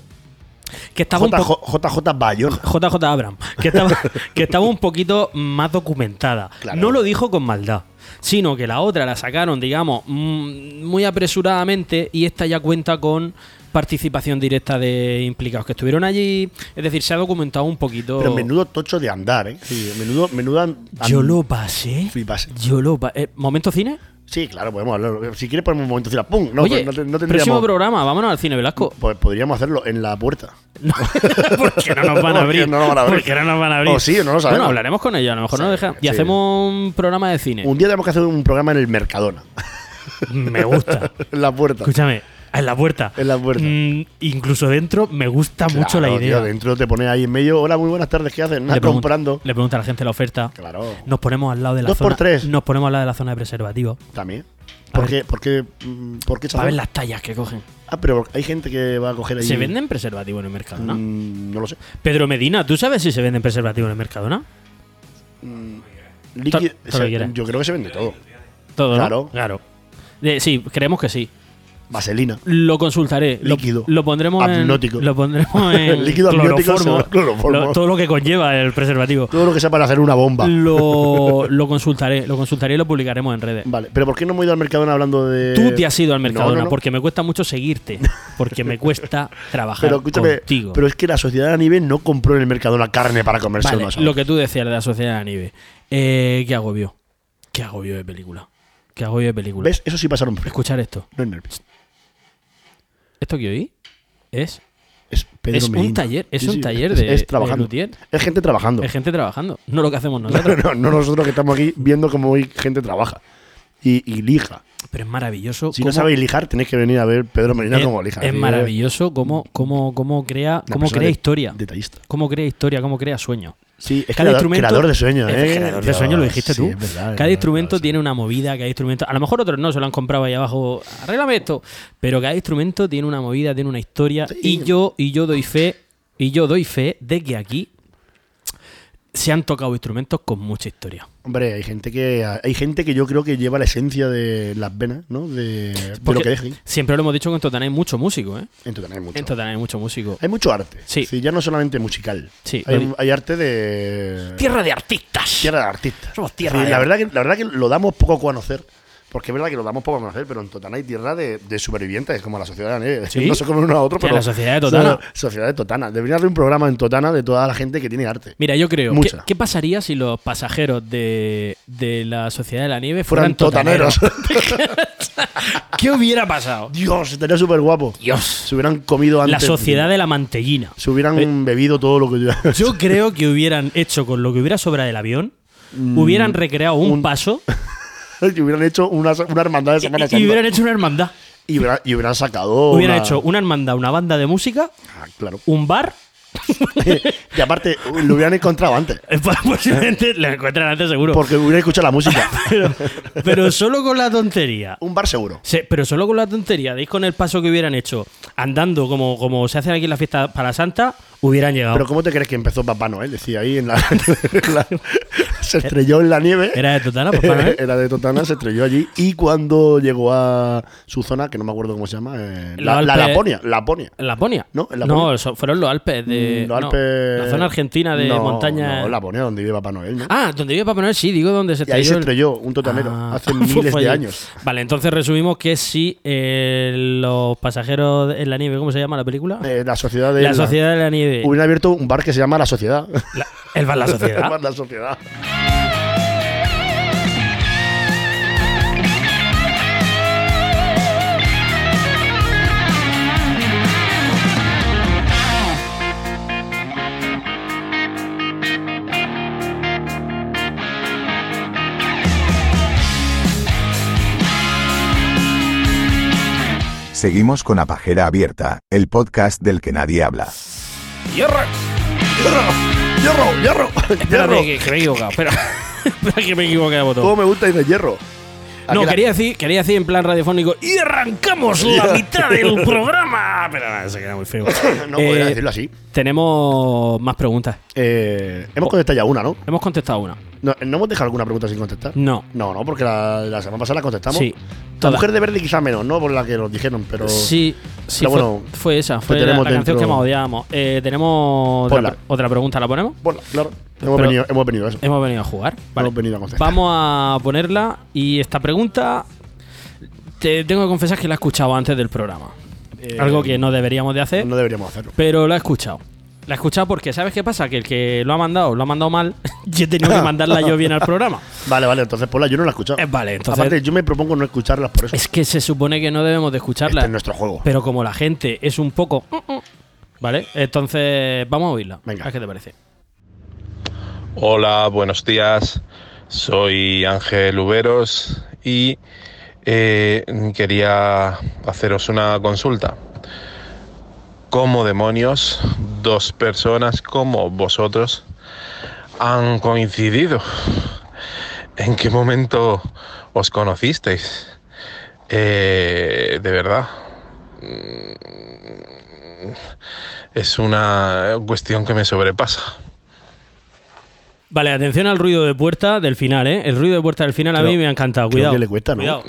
Speaker 8: Que estaba un poco.
Speaker 7: JJ Bayona.
Speaker 8: JJ Abram, que estaba, que estaba un poquito más documentada.
Speaker 7: Claro.
Speaker 8: No lo dijo con maldad, sino que la otra la sacaron, digamos, mm, muy apresuradamente y esta ya cuenta con participación directa de implicados que estuvieron allí. Es decir, se ha documentado un poquito.
Speaker 7: Pero menudo tocho de andar, ¿eh? Sí, menudo, menuda. an-
Speaker 8: Yo lo pasé.
Speaker 7: Flipas.
Speaker 8: Yo lo pasé. ¿Momento cine?
Speaker 7: Sí, claro, podemos hablar. Si quieres ponemos un momento decir ¡pum! No,
Speaker 8: Oye,
Speaker 7: no, te- no
Speaker 8: próximo
Speaker 7: tendríamos.
Speaker 8: programa, vámonos al cine, Velasco.
Speaker 7: Pues podríamos hacerlo en la puerta.
Speaker 8: No, porque no nos van a
Speaker 7: Porque
Speaker 8: abrir.
Speaker 7: no nos van a abrir.
Speaker 8: Porque no nos van a abrir.
Speaker 7: O sí, o no lo sabemos.
Speaker 8: Bueno, hablaremos con ellos, a lo mejor nos
Speaker 7: Sí,
Speaker 8: dejan. Y
Speaker 7: sí.
Speaker 8: hacemos un programa de cine.
Speaker 7: Un día tenemos que hacer un programa en el Mercadona.
Speaker 8: Me gusta.
Speaker 7: en la puerta.
Speaker 8: Escúchame, en la puerta.
Speaker 7: En la puerta.
Speaker 8: Mm, incluso dentro me gusta mucho la
Speaker 7: Claro,
Speaker 8: idea.
Speaker 7: tío, dentro te pones ahí en medio. Hola, muy buenas tardes. ¿Qué haces? Nada,
Speaker 8: pregun-
Speaker 7: comprando.
Speaker 8: le pregunta a la gente la oferta.
Speaker 7: Claro.
Speaker 8: Nos ponemos al lado de la
Speaker 7: Dos por
Speaker 8: zona.
Speaker 7: tres.
Speaker 8: Nos ponemos al lado de la zona de preservativos.
Speaker 7: También.
Speaker 8: A
Speaker 7: ¿Por
Speaker 8: ver.
Speaker 7: qué, por qué, mm, por qué
Speaker 8: Para
Speaker 7: chafar?
Speaker 8: ver las tallas que cogen.
Speaker 7: Ah, pero hay gente que va a coger ahí.
Speaker 8: ¿Se venden preservativos en el mercado, no?
Speaker 7: Mm, no lo sé.
Speaker 8: Pedro Medina, ¿tú sabes si se venden preservativos en el mercado, no?
Speaker 7: Líquido-
Speaker 8: todo lo que
Speaker 7: se-
Speaker 8: quieras.
Speaker 7: yo creo que se vende todo.
Speaker 8: Todo, ¿no?
Speaker 7: Claro.
Speaker 8: Claro. Eh, sí, creemos que sí.
Speaker 7: Vaselina.
Speaker 8: Lo consultaré. Lo-
Speaker 7: Líquido.
Speaker 8: Lo, pondremos
Speaker 7: Amniótico.
Speaker 8: en. Lo pondremos en.
Speaker 7: Líquido amniótico sobre cloroformo.
Speaker 8: Lo- todo lo que conlleva el preservativo.
Speaker 7: Todo lo que sea para hacer una bomba.
Speaker 8: Lo, lo consultaré. Lo consultaré y lo publicaremos en redes.
Speaker 7: Vale, pero ¿por qué no hemos ido al Mercadona hablando de.
Speaker 8: Tú te has ido al
Speaker 7: Eh, No, no,
Speaker 8: Mercadona
Speaker 7: no.
Speaker 8: porque me cuesta mucho seguirte. Porque me cuesta trabajar
Speaker 7: Pero escúchame,
Speaker 8: contigo.
Speaker 7: pero es que la sociedad a nivel no compró en el Mercadona carne para comerse
Speaker 8: Vale,
Speaker 7: unos a
Speaker 8: lo
Speaker 7: otros.
Speaker 8: que tú decías de la sociedad de la nieve. Eh, qué agobio. Qué agobio de película. Qué agobio de película.
Speaker 7: ¿Ves? Eso sí pasaron frío.
Speaker 8: Escuchar esto.
Speaker 7: No es nervios.
Speaker 8: Esto que oí es
Speaker 7: Es Pedro
Speaker 8: Es un
Speaker 7: Medina.
Speaker 8: taller, es un taller
Speaker 7: es-
Speaker 8: de-
Speaker 7: Es trabajando.
Speaker 8: de luthier.
Speaker 7: es gente trabajando.
Speaker 8: Es gente trabajando, no lo que hacemos
Speaker 7: No,
Speaker 8: nosotros.
Speaker 7: no, no nosotros que estamos aquí viendo cómo hoy gente trabaja. Y, y lija.
Speaker 8: Pero es maravilloso.
Speaker 7: Si
Speaker 8: cómo-
Speaker 7: no sabéis lijar, tenéis que venir a ver Pedro Medina
Speaker 8: es,
Speaker 7: cómo lija.
Speaker 8: es
Speaker 7: Así
Speaker 8: maravilloso cómo, cómo, cómo crea,
Speaker 7: una
Speaker 8: cómo
Speaker 7: persona
Speaker 8: crea
Speaker 7: de-
Speaker 8: historia.
Speaker 7: Detallista.
Speaker 8: Cómo crea historia, cómo crea sueño.
Speaker 7: Sí, es
Speaker 8: Cada
Speaker 7: creador,
Speaker 8: instrumento-
Speaker 7: creador de sueños,
Speaker 8: Es
Speaker 7: ¿eh?
Speaker 8: creador de
Speaker 7: Dios,
Speaker 8: sueños, lo dijiste
Speaker 7: sí,
Speaker 8: tú.
Speaker 7: es verdad, es
Speaker 8: cada
Speaker 7: verdad,
Speaker 8: instrumento
Speaker 7: sí.
Speaker 8: tiene una movida, cada instrumento. A lo mejor otros no se lo han comprado ahí abajo, arréglame esto. Pero cada instrumento tiene una movida, tiene una historia.
Speaker 7: Sí.
Speaker 8: Y yo, y yo doy fe, y yo doy fe de que aquí se han tocado instrumentos con mucha historia.
Speaker 7: Hombre, hay gente que hay gente que yo creo que lleva la esencia de las venas, ¿no? De, de lo
Speaker 8: Porque
Speaker 7: que dejen.
Speaker 8: Siempre lo hemos dicho que en Totana hay mucho músico, ¿eh?
Speaker 7: En Totana hay mucho.
Speaker 8: En Totana hay mucho músico.
Speaker 7: Hay mucho arte.
Speaker 8: Sí.
Speaker 7: Sí, ya no solamente musical.
Speaker 8: Sí, lo
Speaker 7: Hay,
Speaker 8: di-
Speaker 7: hay arte de.
Speaker 8: Tierra de artistas.
Speaker 7: Tierra de artistas.
Speaker 8: Somos tierra de-
Speaker 7: la, verdad que, la verdad que lo damos poco a conocer. Porque es verdad que lo damos poco a conocer, pero en Totana hay tierra de, de supervivientes, es como la sociedad de la nieve.
Speaker 8: Sí.
Speaker 7: No se comen uno a otro,
Speaker 8: Tía,
Speaker 7: pero.
Speaker 8: la sociedad de Totana.
Speaker 7: No, no, sociedad de Totana. Debería haber un programa en Totana de toda la gente que tiene arte.
Speaker 8: Mira, yo creo. ¿qué,
Speaker 7: Mucha.
Speaker 8: qué pasaría si los pasajeros de, de la Sociedad de la Nieve fueran,
Speaker 7: Fueran totaneros.
Speaker 8: ¿Qué hubiera pasado?
Speaker 7: Dios, estaría súper guapo.
Speaker 8: Dios.
Speaker 7: Se hubieran comido antes.
Speaker 8: La Sociedad de la Mantellina.
Speaker 7: Se hubieran bebido todo lo que yo.
Speaker 8: Yo creo que hubieran hecho con lo que hubiera sobra del avión,
Speaker 7: Mm.
Speaker 8: hubieran recreado un, paso
Speaker 7: y hubieran hecho una, una hermandad de
Speaker 8: y,
Speaker 7: Semana
Speaker 8: y
Speaker 7: Santa.
Speaker 8: hubieran hecho una hermandad.
Speaker 7: Y hubiera- y hubieran sacado.
Speaker 8: hubieran
Speaker 7: una-
Speaker 8: hecho una hermandad, una banda de música,
Speaker 7: Ah, claro.
Speaker 8: un bar.
Speaker 7: y aparte, lo hubieran encontrado antes.
Speaker 8: Posiblemente lo encuentran antes seguro.
Speaker 7: Porque hubieran escuchado la música.
Speaker 8: Pero, pero solo con la tontería.
Speaker 7: Un bar seguro.
Speaker 8: Se- pero solo con la tontería, ¿veis con el paso que hubieran hecho? Andando como, como se hacen aquí en la fiesta para Santa, hubieran llegado.
Speaker 7: Pero ¿cómo te crees que empezó Papá Noel? Decía ahí en la, en la- se estrelló en la nieve.
Speaker 8: Era de Totana, pues, papá. Noel.
Speaker 7: Era de Totana, se estrelló allí. Y cuando llegó a su zona, que no me acuerdo cómo se llama, eh, la,
Speaker 8: Los
Speaker 7: la
Speaker 8: Alpes.
Speaker 7: Laponia. Laponia.
Speaker 8: Laponia.
Speaker 7: No, en Laponia. Mm,
Speaker 8: eso- fueron los Alpes de.
Speaker 7: Los
Speaker 8: no,
Speaker 7: Alpes-
Speaker 8: la zona argentina de
Speaker 7: No,
Speaker 8: montaña.
Speaker 7: No, Laponia, donde vive Papá Noel, ¿no?
Speaker 8: Ah, donde vive Papá Noel, sí, digo donde se
Speaker 7: y ahí
Speaker 8: estrelló
Speaker 7: se
Speaker 8: el-
Speaker 7: estrelló un totanero
Speaker 8: Ah.
Speaker 7: hace
Speaker 8: Fue
Speaker 7: miles
Speaker 8: allí.
Speaker 7: de años.
Speaker 8: Vale, entonces resumimos que si eh, los pasajeros en la nieve, ¿cómo se llama la película?
Speaker 7: Eh, la sociedad de
Speaker 8: la Sociedad de la Nieve.
Speaker 7: Hubieran abierto un bar que se llama La Sociedad.
Speaker 8: Eh, La- el bar La Sociedad.
Speaker 7: Bar la sociedad.
Speaker 11: Seguimos con Apajera Abierta, el podcast del que nadie habla.
Speaker 7: ¡Hierro! ¡Hierro!
Speaker 8: Espérate,
Speaker 7: ¡Hierro!
Speaker 8: que, que me he equivocado. Espera, Espera que me he equivocado de botón.
Speaker 7: ¿Cómo me gusta dice hierro?
Speaker 8: No,
Speaker 7: Aquí la-
Speaker 8: quería decir, quería decir en plan radiofónico y arrancamos la mitad del programa. Pero nada, se queda muy feo.
Speaker 7: No
Speaker 8: Eh,
Speaker 7: podría decirlo así.
Speaker 8: Tenemos más preguntas.
Speaker 7: Eh, hemos contestado ya una, ¿no?
Speaker 8: Hemos contestado una.
Speaker 7: ¿no? ¿No hemos dejado alguna pregunta sin contestar?
Speaker 8: No.
Speaker 7: No, no, porque la, la semana pasada la contestamos.
Speaker 8: Sí.
Speaker 7: La
Speaker 8: todas.
Speaker 7: mujer de verde quizá menos, ¿no? Por la que nos dijeron, pero...
Speaker 8: Sí, sí,
Speaker 7: Pero
Speaker 8: fue,
Speaker 7: bueno,
Speaker 8: fue esa. Fue la,
Speaker 7: tenemos
Speaker 8: la canción
Speaker 7: dentro-
Speaker 8: que más odiábamos. Eh, tenemos otra,
Speaker 7: Ponla.
Speaker 8: otra pregunta, ¿la ponemos?
Speaker 7: Bueno, claro. Hemos,
Speaker 8: Pero-
Speaker 7: venido, hemos venido a eso.
Speaker 8: Hemos venido a jugar. Vale.
Speaker 7: Hemos venido a contestar.
Speaker 8: Vamos a ponerla y esta pregunta te tengo que confesar que la he escuchado antes del programa. Algo que no deberíamos de hacer.
Speaker 7: Eh, No deberíamos hacerlo.
Speaker 8: Pero la he escuchado. La he escuchado porque, ¿sabes qué pasa? Que el que lo ha mandado, lo ha mandado mal. yo he tenido que mandarla yo bien al programa.
Speaker 7: Vale, vale, entonces ponla, yo no la he escuchado.
Speaker 8: Eh, vale, entonces.
Speaker 7: Aparte, yo me propongo no escucharlas por eso.
Speaker 8: es que se supone que no debemos de
Speaker 7: este
Speaker 8: escucharla.
Speaker 7: es nuestro juego.
Speaker 8: Pero como la gente es un poco. uh, ¿Vale? Entonces, vamos a oírla.
Speaker 7: Venga.
Speaker 8: A ver ¿Qué te parece?
Speaker 12: Hola, buenos días. Soy Ángel Uberos y eh, quería haceros una consulta. ¿Cómo demonios dos personas como vosotros han coincidido? ¿En qué momento os conocisteis? Eh, de verdad. Mm, Es una cuestión que me sobrepasa.
Speaker 8: Vale, atención al ruido de puerta del final, ¿eh? El ruido de puerta del final a
Speaker 7: Creo-
Speaker 8: mí me ha encantado.
Speaker 7: creo
Speaker 8: Cuidado.
Speaker 7: que le cuesta, ¿no?
Speaker 8: Cuidado.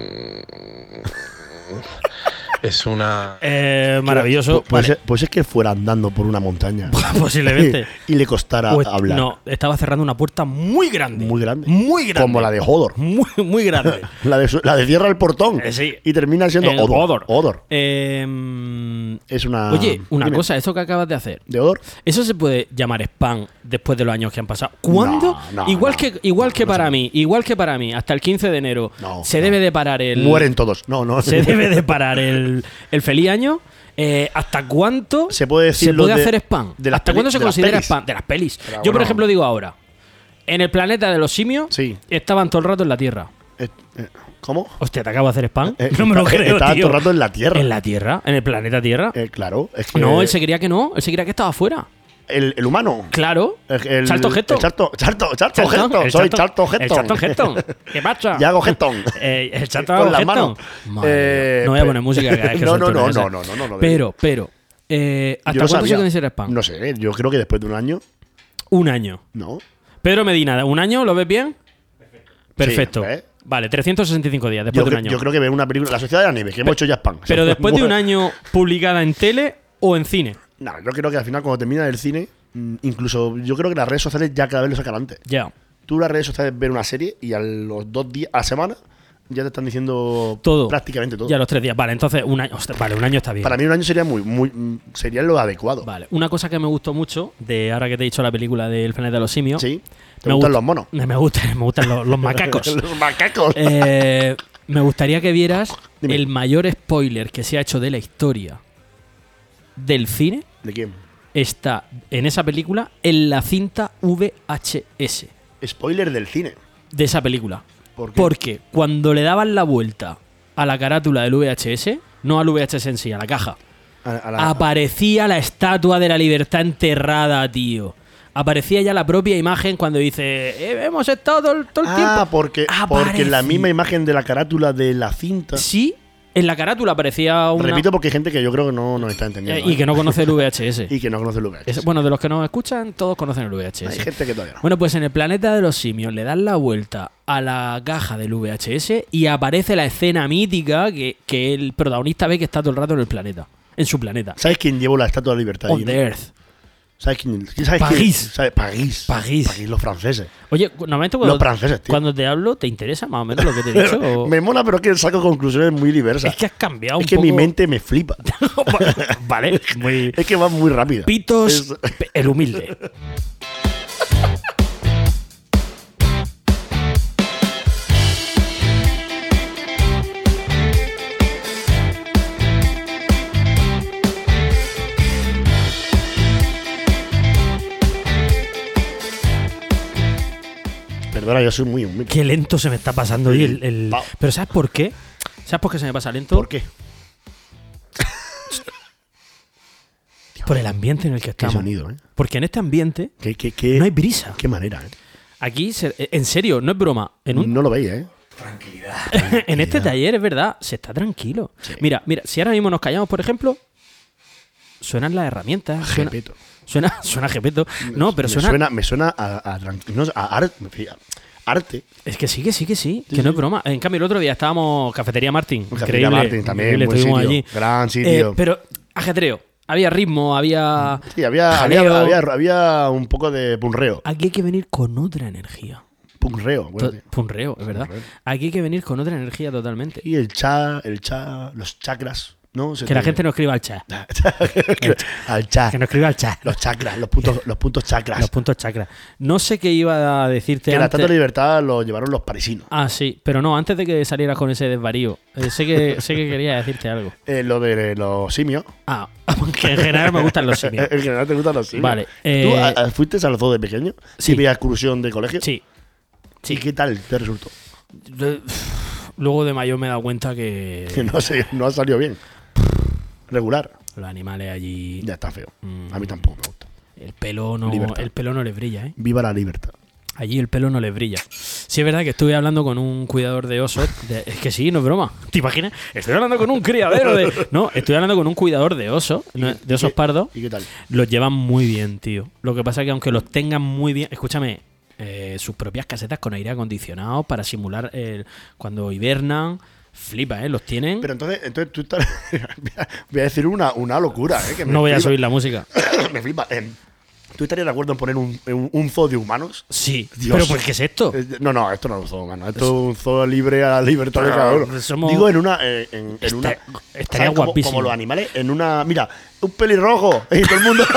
Speaker 12: Es una...
Speaker 8: Eh, maravilloso.
Speaker 7: Pu- Pues,
Speaker 8: Vale. Pues
Speaker 7: es, pues es que fuera andando por una montaña.
Speaker 8: Posiblemente.
Speaker 7: y le costara
Speaker 8: Pues,
Speaker 7: hablar.
Speaker 8: No, estaba cerrando una puerta muy grande.
Speaker 7: Muy grande.
Speaker 8: Muy grande.
Speaker 7: Como la de Hodor.
Speaker 8: Muy, muy grande.
Speaker 7: La de, su- la de cierra el portón.
Speaker 8: Eh, sí.
Speaker 7: Y termina siendo
Speaker 8: El
Speaker 7: Odor.
Speaker 8: Odor.
Speaker 7: Odor.
Speaker 8: Em,
Speaker 7: Es una.
Speaker 8: oye, una
Speaker 7: Ah, dime,
Speaker 8: cosa, esto que acabas de hacer.
Speaker 7: ¿De Odor?
Speaker 8: ¿Eso se puede llamar spam después de los años que han pasado? ¿Cuándo?
Speaker 7: No, no,
Speaker 8: igual
Speaker 7: no.
Speaker 8: que, igual que para mí, igual que para mí, hasta el 15 de enero
Speaker 7: No,
Speaker 8: se
Speaker 7: no.
Speaker 8: debe de parar el.
Speaker 7: Mueren todos. No, no.
Speaker 8: Se debe de parar el, el feliz año. Eh, ¿Hasta cuánto
Speaker 7: Se puede decir
Speaker 8: se
Speaker 7: lo
Speaker 8: puede
Speaker 7: de-
Speaker 8: hacer spam?
Speaker 7: de las
Speaker 8: ¿Hasta
Speaker 7: peli-
Speaker 8: cuándo se
Speaker 7: de las
Speaker 8: considera
Speaker 7: pelis?
Speaker 8: spam? De las pelis.
Speaker 7: Pero
Speaker 8: Yo, por
Speaker 7: bueno.
Speaker 8: ejemplo, digo ahora. En el planeta de los simios
Speaker 7: Sí.
Speaker 8: estaban todo el rato en la Tierra.
Speaker 7: Eh, eh, ¿Cómo?
Speaker 8: Hostia, te acabo de hacer spam.
Speaker 7: Eh,
Speaker 8: no me lo
Speaker 7: está-
Speaker 8: creo.
Speaker 7: estaba
Speaker 8: tío.
Speaker 7: todo el rato en la Tierra.
Speaker 8: En la Tierra, en el planeta Tierra.
Speaker 7: Eh, claro. Es que
Speaker 8: no, él se creía que no. Él se creía que estaba afuera.
Speaker 7: el, el humano.
Speaker 8: Claro.
Speaker 7: El, eh, el-
Speaker 8: Charlton Heston.
Speaker 7: el Charlton, Charlton, Charlton
Speaker 8: Charlton,
Speaker 7: Heston.
Speaker 8: el
Speaker 7: Soy
Speaker 8: Charlton-
Speaker 7: Charlton
Speaker 8: el
Speaker 7: Heston.
Speaker 8: Charlton Heston. ¿Qué pasa?
Speaker 7: Y hago Heston.
Speaker 8: Eh, el Charlton
Speaker 7: Con las
Speaker 8: Heston.
Speaker 7: manos.
Speaker 8: Madre
Speaker 7: Eh,
Speaker 8: mía. no voy a
Speaker 7: pe-
Speaker 8: poner música. cada vez que
Speaker 7: No,
Speaker 8: suelto
Speaker 7: no,
Speaker 8: una
Speaker 7: no,
Speaker 8: de esas.
Speaker 7: no, no, no, no, no.
Speaker 8: ¿eh? Pero, pero. eh,
Speaker 7: Yo
Speaker 8: ¿Hasta
Speaker 7: lo
Speaker 8: cuándo se
Speaker 7: sabía.
Speaker 8: considera spam?
Speaker 7: No sé, yo creo que después de un año,
Speaker 8: Un año.
Speaker 7: ¿no?
Speaker 8: Pero Pedro Medina, ¿un año? ¿Lo ves bien? Perfecto.
Speaker 7: ¿ves?
Speaker 8: Vale, 365 días
Speaker 7: Yo,
Speaker 8: después de un
Speaker 7: cre-
Speaker 8: año.
Speaker 7: yo creo que ver una película. La Sociedad de la Nieve, que hemos hecho ya spam.
Speaker 8: Pero después de un
Speaker 7: año
Speaker 8: año publicada en tele o en cine.
Speaker 7: No, yo creo que al final cuando termina el cine, mm, incluso yo creo que las redes sociales ya cada vez lo sacan antes.
Speaker 8: Ya.
Speaker 7: Tú las redes sociales ver una serie y a los dos días, a la semana, ya te están diciendo
Speaker 8: Todo.
Speaker 7: prácticamente todo.
Speaker 8: Ya los tres días. Vale, entonces un año. hostia, vale, un año está bien.
Speaker 7: Para mí un año sería muy, muy mm, sería lo adecuado.
Speaker 8: Vale. Una cosa que me gustó mucho, de ahora que te he dicho la película del planeta de los simios.
Speaker 7: Sí. ¿Te gustan los monos?
Speaker 8: Me gustan, me gustan los, los macacos.
Speaker 7: los macacos.
Speaker 8: Eh, me gustaría que vieras el mayor spoiler que se ha hecho de la historia del cine.
Speaker 7: ¿De quién?
Speaker 8: Está en esa película, en la cinta VHS
Speaker 7: Spoiler del cine.
Speaker 8: de esa película.
Speaker 7: ¿Por qué?
Speaker 8: Porque cuando le daban la vuelta a la carátula del VHS, no al VHS en sí, a la caja,
Speaker 7: A- a la-
Speaker 8: aparecía la estatua de la libertad enterrada, tío. Aparecía ya la propia imagen cuando dice, "Eh, hemos estado todo el, todo el
Speaker 7: ah,
Speaker 8: tiempo.
Speaker 7: porque, porque
Speaker 8: Aparecí.
Speaker 7: la misma imagen de la carátula de la cinta.
Speaker 8: Sí, en la carátula aparecía una...
Speaker 7: Repito porque hay gente que yo creo que no nos está
Speaker 8: eh,
Speaker 7: entendiendo.
Speaker 8: y
Speaker 7: ¿eh?
Speaker 8: que no conoce el VHS.
Speaker 7: y que no conoce el lugar.
Speaker 8: Es- bueno, de los que nos escuchan, todos conocen el VHS.
Speaker 7: Hay gente que todavía no.
Speaker 8: Bueno, pues en el planeta de los simios le dan la vuelta a la caja del VHS y aparece la escena mítica que, que el protagonista ve que está todo el rato en el planeta. En su planeta.
Speaker 7: ¿Sabes quién llevó la Estatua de la Libertad? ahí,
Speaker 8: On
Speaker 7: no?
Speaker 8: the Earth.
Speaker 7: ¿Sabes quién? ¿Sabes quién?
Speaker 8: París.
Speaker 7: ¿Sabes? París.
Speaker 8: París.
Speaker 7: París, los franceses.
Speaker 8: Oye, cu- normalmente cuando,
Speaker 7: Los franceses, tío.
Speaker 8: cuando te hablo, ¿te interesa más o menos lo que te he dicho? o-
Speaker 7: Me mola, pero es que saco conclusiones muy diversas.
Speaker 8: Oh. Es que has cambiado
Speaker 7: Es
Speaker 8: un
Speaker 7: que
Speaker 8: poco.
Speaker 7: mi mente me flipa.
Speaker 8: vale, muy.
Speaker 7: es que va muy rápida.
Speaker 8: Pitos, pe- el humilde.
Speaker 7: Perdona, yo soy muy humilde.
Speaker 8: Qué lento se me está pasando hoy el, el-
Speaker 7: Va.
Speaker 8: Pero ¿sabes por qué? ¿Sabes por qué se me pasa lento?
Speaker 7: ¿Por qué?
Speaker 8: Por el ambiente en el que
Speaker 7: Qué
Speaker 8: estamos.
Speaker 7: sonido, ¿eh?
Speaker 8: Porque en este ambiente
Speaker 7: Qué, qué, qué-
Speaker 8: no hay brisa.
Speaker 7: qué manera, ¿eh?
Speaker 8: Aquí, se- eh, en serio, no es broma. En, un-
Speaker 7: No lo veis, ¿eh?
Speaker 8: en este taller, es verdad, se está tranquilo. Mira, mira, si ahora mismo nos callamos, por ejemplo, suenan las herramientas. Suena,
Speaker 7: Gepeto.
Speaker 8: suena, suena Gepeto. No, pero
Speaker 7: me
Speaker 8: suena,
Speaker 7: Me suena a, a tran- no, a ar- me fija- arte.
Speaker 8: Es que sí, que sí, que sí. Que no es broma. En cambio, el otro día estábamos Cafetería Martín.
Speaker 7: Cafetería
Speaker 8: increíble,
Speaker 7: Martín también,
Speaker 8: increíble,
Speaker 7: buen
Speaker 8: estuvimos
Speaker 7: sitio,
Speaker 8: allí. Eh,
Speaker 7: gran sitio.
Speaker 8: pero ajetreo. Había ritmo, había.
Speaker 7: Sí, había, había,
Speaker 8: jaleo. Ah.
Speaker 7: había, había un poco de punreo.
Speaker 8: Aquí hay que venir con otra energía.
Speaker 7: Punreo, bueno,
Speaker 8: To- Punreo, es Pues, verdad. Aquí hay que venir con otra energía totalmente.
Speaker 7: Y el cha, el cha, los chakras, ¿no? Se
Speaker 8: Que la
Speaker 7: te-
Speaker 8: gente no escriba al chat.
Speaker 7: al cha.
Speaker 8: Que no escriba al chat.
Speaker 7: Ah. Los chakras, los puntos, los puntos chakras.
Speaker 8: Los puntos chakra. No sé qué iba a decirte
Speaker 7: que la
Speaker 8: antes.
Speaker 7: Estatua de la Libertad lo llevaron los parisinos.
Speaker 8: Ah, sí, pero no, antes de que salieras con ese desvarío. eh, sé, que, sé que quería decirte algo.
Speaker 7: Eh, lo de los simios.
Speaker 8: Ah, que en general me gustan los simios.
Speaker 7: En general te gustan los simios.
Speaker 8: Vale,
Speaker 7: ¿Tú
Speaker 8: eh,
Speaker 7: a- a- fuiste a los dos de pequeño?
Speaker 8: sí.
Speaker 7: ¿Típica excursión de colegio?
Speaker 8: Sí. sí.
Speaker 7: ¿Y qué tal te resultó?
Speaker 8: De- Luego de mayor me he dado cuenta que
Speaker 7: Que no, sé, no ha salido bien. Regular.
Speaker 8: los animales allí. mm,
Speaker 7: Ya está feo. A mí tampoco me gusta.
Speaker 8: El pelo no.
Speaker 7: Libertad.
Speaker 8: El pelo no les brilla, ¿eh?
Speaker 7: Viva la libertad.
Speaker 8: Allí el pelo no les brilla. Sí, es verdad que estuve hablando con un cuidador de osos. de- es que sí, no es broma. ¿Te imaginas? Estoy hablando con un criadero de. No, estoy hablando con un cuidador de osos, no, de osos
Speaker 7: ¿Qué-
Speaker 8: pardos.
Speaker 7: ¿Y qué tal?
Speaker 8: Los llevan muy bien, tío. Lo que pasa es que aunque los tengan muy bien, escúchame, eh, sus propias casetas con aire acondicionado para simular el- cuando hibernan, flipa, ¿eh? Los tienen.
Speaker 7: Pero entonces, entonces tú estás. voy a decir una, una locura, ¿eh? que me
Speaker 8: no voy a
Speaker 7: flipa.
Speaker 8: subir la música.
Speaker 7: me flipa. Eh, ¿Tú estarías de acuerdo en poner un, un, un zoo de humanos?
Speaker 8: Sí,
Speaker 7: Dios.
Speaker 8: pero pues ¿qué es esto?
Speaker 7: Eh, No, no, esto no es un zoo humano. Esto es un zoo libre a la libertad de
Speaker 8: Ah,
Speaker 7: cada uno.
Speaker 8: somos-
Speaker 7: Digo, en una. eh, en, en
Speaker 8: Está-
Speaker 7: una ¿sabes?
Speaker 8: estaría
Speaker 7: Como-
Speaker 8: guapísimo.
Speaker 7: Como, los animales, en una. Mira, un pelirrojo. Y todo el mundo.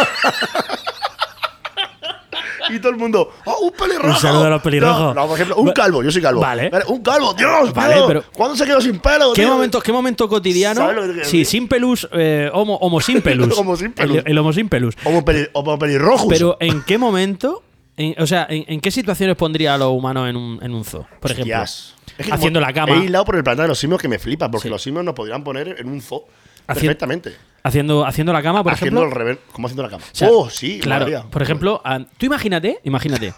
Speaker 7: y todo el mundo. ¡Oh, un pelirrojo!
Speaker 8: Un saludo a los pelirrojos.
Speaker 7: No, no, por ejemplo, un
Speaker 8: Va-
Speaker 7: calvo. Yo soy calvo.
Speaker 8: Vale.
Speaker 7: Un calvo, Dios.
Speaker 8: Vale,
Speaker 7: Dios,
Speaker 8: pero-
Speaker 7: ¿Cuándo se quedó sin pelo?
Speaker 8: ¿Qué
Speaker 7: tío?
Speaker 8: momento, ¿Qué momento cotidiano?
Speaker 7: ¿Sabes lo que te quiero
Speaker 8: Sí,
Speaker 7: decir?
Speaker 8: sin pelus, eh, homo, homo sin pelus.
Speaker 7: Homo sin pelus.
Speaker 8: El, el homo sin pelus.
Speaker 7: Como, peli, como pelirrojos.
Speaker 8: Pero ¿en qué momento? en- o sea, ¿en, en qué situaciones pondría a los humanos en un, en un zoo? Por ejemplo,
Speaker 7: Hostias. Es que
Speaker 8: haciendo
Speaker 7: como
Speaker 8: la cama,
Speaker 7: He hilado por el planeta de los simios que me flipa, porque
Speaker 8: Sí.
Speaker 7: los simios nos podrían poner en un zoo
Speaker 8: Haci-
Speaker 7: perfectamente.
Speaker 8: haciendo, haciendo la cama, por
Speaker 7: haciendo
Speaker 8: ejemplo.
Speaker 7: el revés, como haciendo la cama.
Speaker 8: O sea,
Speaker 7: oh, sí,
Speaker 8: claro.
Speaker 7: molaría.
Speaker 8: Por ejemplo, a- tú imagínate, imagínate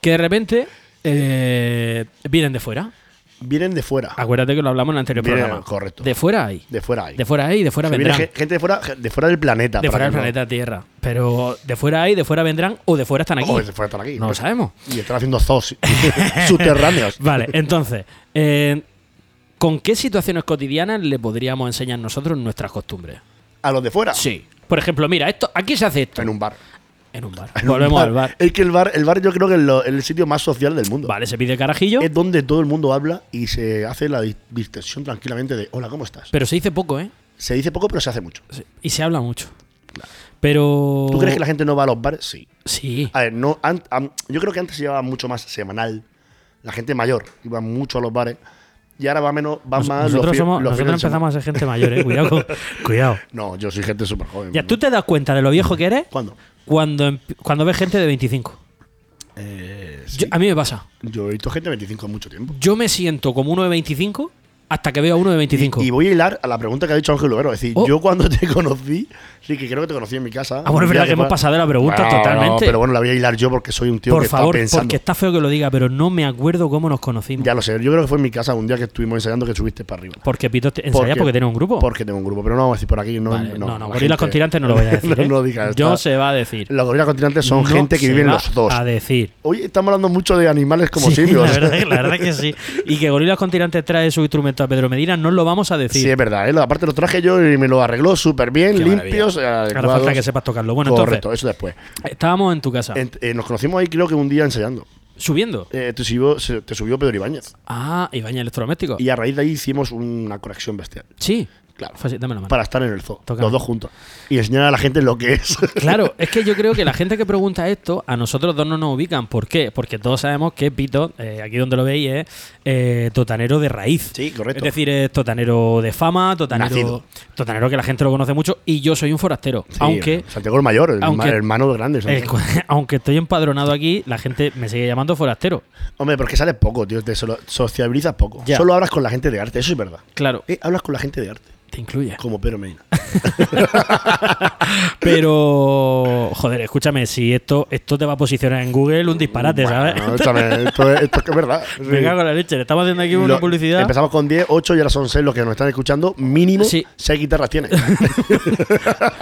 Speaker 8: que de repente eh, vienen de fuera.
Speaker 7: vienen de fuera.
Speaker 8: Acuérdate que lo hablamos en el anterior
Speaker 7: Vienen-
Speaker 8: programa.
Speaker 7: correcto.
Speaker 8: De fuera hay.
Speaker 7: De fuera hay.
Speaker 8: De fuera hay, de fuera
Speaker 7: O sea, viene
Speaker 8: vendrán.
Speaker 7: ge- gente de fuera, de fuera del planeta.
Speaker 8: De
Speaker 7: para
Speaker 8: fuera del
Speaker 7: que no-
Speaker 8: planeta Tierra. Pero de fuera hay, de fuera vendrán o de fuera están aquí.
Speaker 7: Oh, de fuera están aquí.
Speaker 8: No lo sabemos.
Speaker 7: Y están haciendo zoos subterráneos.
Speaker 8: Vale, entonces, eh, ¿con qué situaciones cotidianas le podríamos enseñar nosotros nuestras costumbres?
Speaker 7: A los de fuera.
Speaker 8: Sí. Por ejemplo, mira, esto, aquí se hace esto. En
Speaker 7: Ah. un bar.
Speaker 8: En un bar.
Speaker 7: En un
Speaker 8: Volvemos al bar.
Speaker 7: Es que el bar, el bar yo creo que es lo- el sitio más social del mundo.
Speaker 8: Vale, se pide carajillo.
Speaker 7: Es donde todo el mundo habla y se hace la dis- distensión tranquilamente de hola, ¿cómo estás?
Speaker 8: Pero se dice poco, ¿eh?
Speaker 7: Se dice poco, pero se hace mucho.
Speaker 8: Y se habla mucho. Pero.
Speaker 7: ¿Tú crees que la gente no va a los bares? Sí.
Speaker 8: Sí.
Speaker 7: A ver, no, an- am- yo creo que antes se llevaba mucho más semanal. La gente mayor iba mucho a los bares. Y ahora va menos, va
Speaker 8: Nos-
Speaker 7: más
Speaker 8: nosotros
Speaker 7: fi-
Speaker 8: somos-
Speaker 7: fines de
Speaker 8: nosotros empezamos
Speaker 7: semana.
Speaker 8: a ser gente mayor, ¿eh? Cuidado con- cuidado.
Speaker 7: No, yo soy gente súper joven.
Speaker 8: Ya, ¿tú te das cuenta de lo viejo que eres?
Speaker 7: ¿Cuándo?
Speaker 8: Cuando, emp- cuando ves gente de 25. Yo- a mí me pasa.
Speaker 7: Eh, Yo he visto gente de 25 en mucho tiempo.
Speaker 8: Yo me siento como uno de 25 hasta que veo a uno de 25.
Speaker 7: Y voy a hilar a la pregunta que ha dicho Ángel Lugaro. Es decir,
Speaker 8: Oh.
Speaker 7: yo cuando te conocí, sí que creo que te conocí en mi casa.
Speaker 8: Ah, bueno, es
Speaker 7: Un día
Speaker 8: verdad que hemos
Speaker 7: fue-
Speaker 8: pasado de la pregunta
Speaker 7: Bueno,
Speaker 8: totalmente.
Speaker 7: no, pero bueno, la voy a hilar yo porque soy un tío
Speaker 8: Por
Speaker 7: que
Speaker 8: favor,
Speaker 7: está pensando.
Speaker 8: porque está feo que lo diga, pero no me acuerdo cómo nos conocimos.
Speaker 7: Ya lo sé, yo creo que fue en mi casa un día que estuvimos ensayando que subiste para arriba.
Speaker 8: Porque Pito te- ensaya porque, tiene un grupo.
Speaker 7: Porque tengo un grupo, pero no vamos a decir por aquí. No,
Speaker 8: Vale, no, no,
Speaker 7: la
Speaker 8: gorilas
Speaker 7: gente-
Speaker 8: con tirantes no lo voy a decir,
Speaker 7: no,
Speaker 8: ¿eh?
Speaker 7: lo digas.
Speaker 8: Yo
Speaker 7: está-
Speaker 8: se va a decir.
Speaker 7: Los gorilas con tirantes son
Speaker 8: No
Speaker 7: gente que
Speaker 8: se
Speaker 7: viven
Speaker 8: va
Speaker 7: los dos.
Speaker 8: A decir.
Speaker 7: Hoy estamos hablando mucho de animales como
Speaker 8: Sí,
Speaker 7: simios.
Speaker 8: La verdad, la verdad que sí. Y que Gorilas con Tirantes trae su instrumento a Pedro Medina, no lo vamos a decir.
Speaker 7: Sí, es verdad. ¿eh? Aparte lo traje yo y me lo arregló súper bien, limpios.
Speaker 8: Ahora falta que sepas tocarlo. Bueno,
Speaker 7: Correcto,
Speaker 8: entonces,
Speaker 7: eso después.
Speaker 8: estábamos en tu casa.
Speaker 7: En- eh, nos conocimos ahí creo que un día ensayando.
Speaker 8: ¿Subiendo?
Speaker 7: Eh, te, subió, se- te subió Pedro Ibáñez.
Speaker 8: Ah, Ibañez Electrodoméstico.
Speaker 7: Y a raíz de ahí hicimos una conexión bestial.
Speaker 8: Sí.
Speaker 7: Claro.
Speaker 8: Fue así, dame la mano.
Speaker 7: Para estar en el zoo.
Speaker 8: Toca.
Speaker 7: Los dos juntos. Y enseñar a la gente lo que es.
Speaker 8: Claro, es que yo creo que la gente que pregunta esto, a nosotros dos no nos ubican. ¿Por qué? Porque todos sabemos que Pito, eh, aquí donde lo veis, es eh, totanero de raíz.
Speaker 7: Sí, correcto.
Speaker 8: Es decir, es totanero de fama, totanero,
Speaker 7: Nacido.
Speaker 8: totanero que la gente lo conoce mucho, y yo soy un forastero.
Speaker 7: Sí,
Speaker 8: aunque
Speaker 7: Santiago el Mayor, el
Speaker 8: aunque-
Speaker 7: ma- hermano grande. Santiago.
Speaker 8: el cu- aunque estoy empadronado aquí, la gente me sigue llamando forastero.
Speaker 7: Hombre, porque sales poco, tío. Te solo- sociabilizas poco.
Speaker 8: Ya.
Speaker 7: Solo hablas con la gente de arte, eso es verdad.
Speaker 8: Claro,
Speaker 7: Eh, hablas con la gente de arte,
Speaker 8: te incluye.
Speaker 7: como Pedro Medina.
Speaker 8: Pero, joder, escúchame, si esto, esto te va a posicionar en Google, un disparate, ¿sabes?
Speaker 7: No, échame, esto, es, esto es que es verdad. Sí.
Speaker 8: Me cago en la leche, le estamos haciendo aquí una
Speaker 7: Lo-
Speaker 8: publicidad.
Speaker 7: Empezamos con 10, 8 y ahora son 6 los que nos están escuchando. Mínimo
Speaker 8: Sí.
Speaker 7: 6 guitarras tiene.
Speaker 8: Entonces,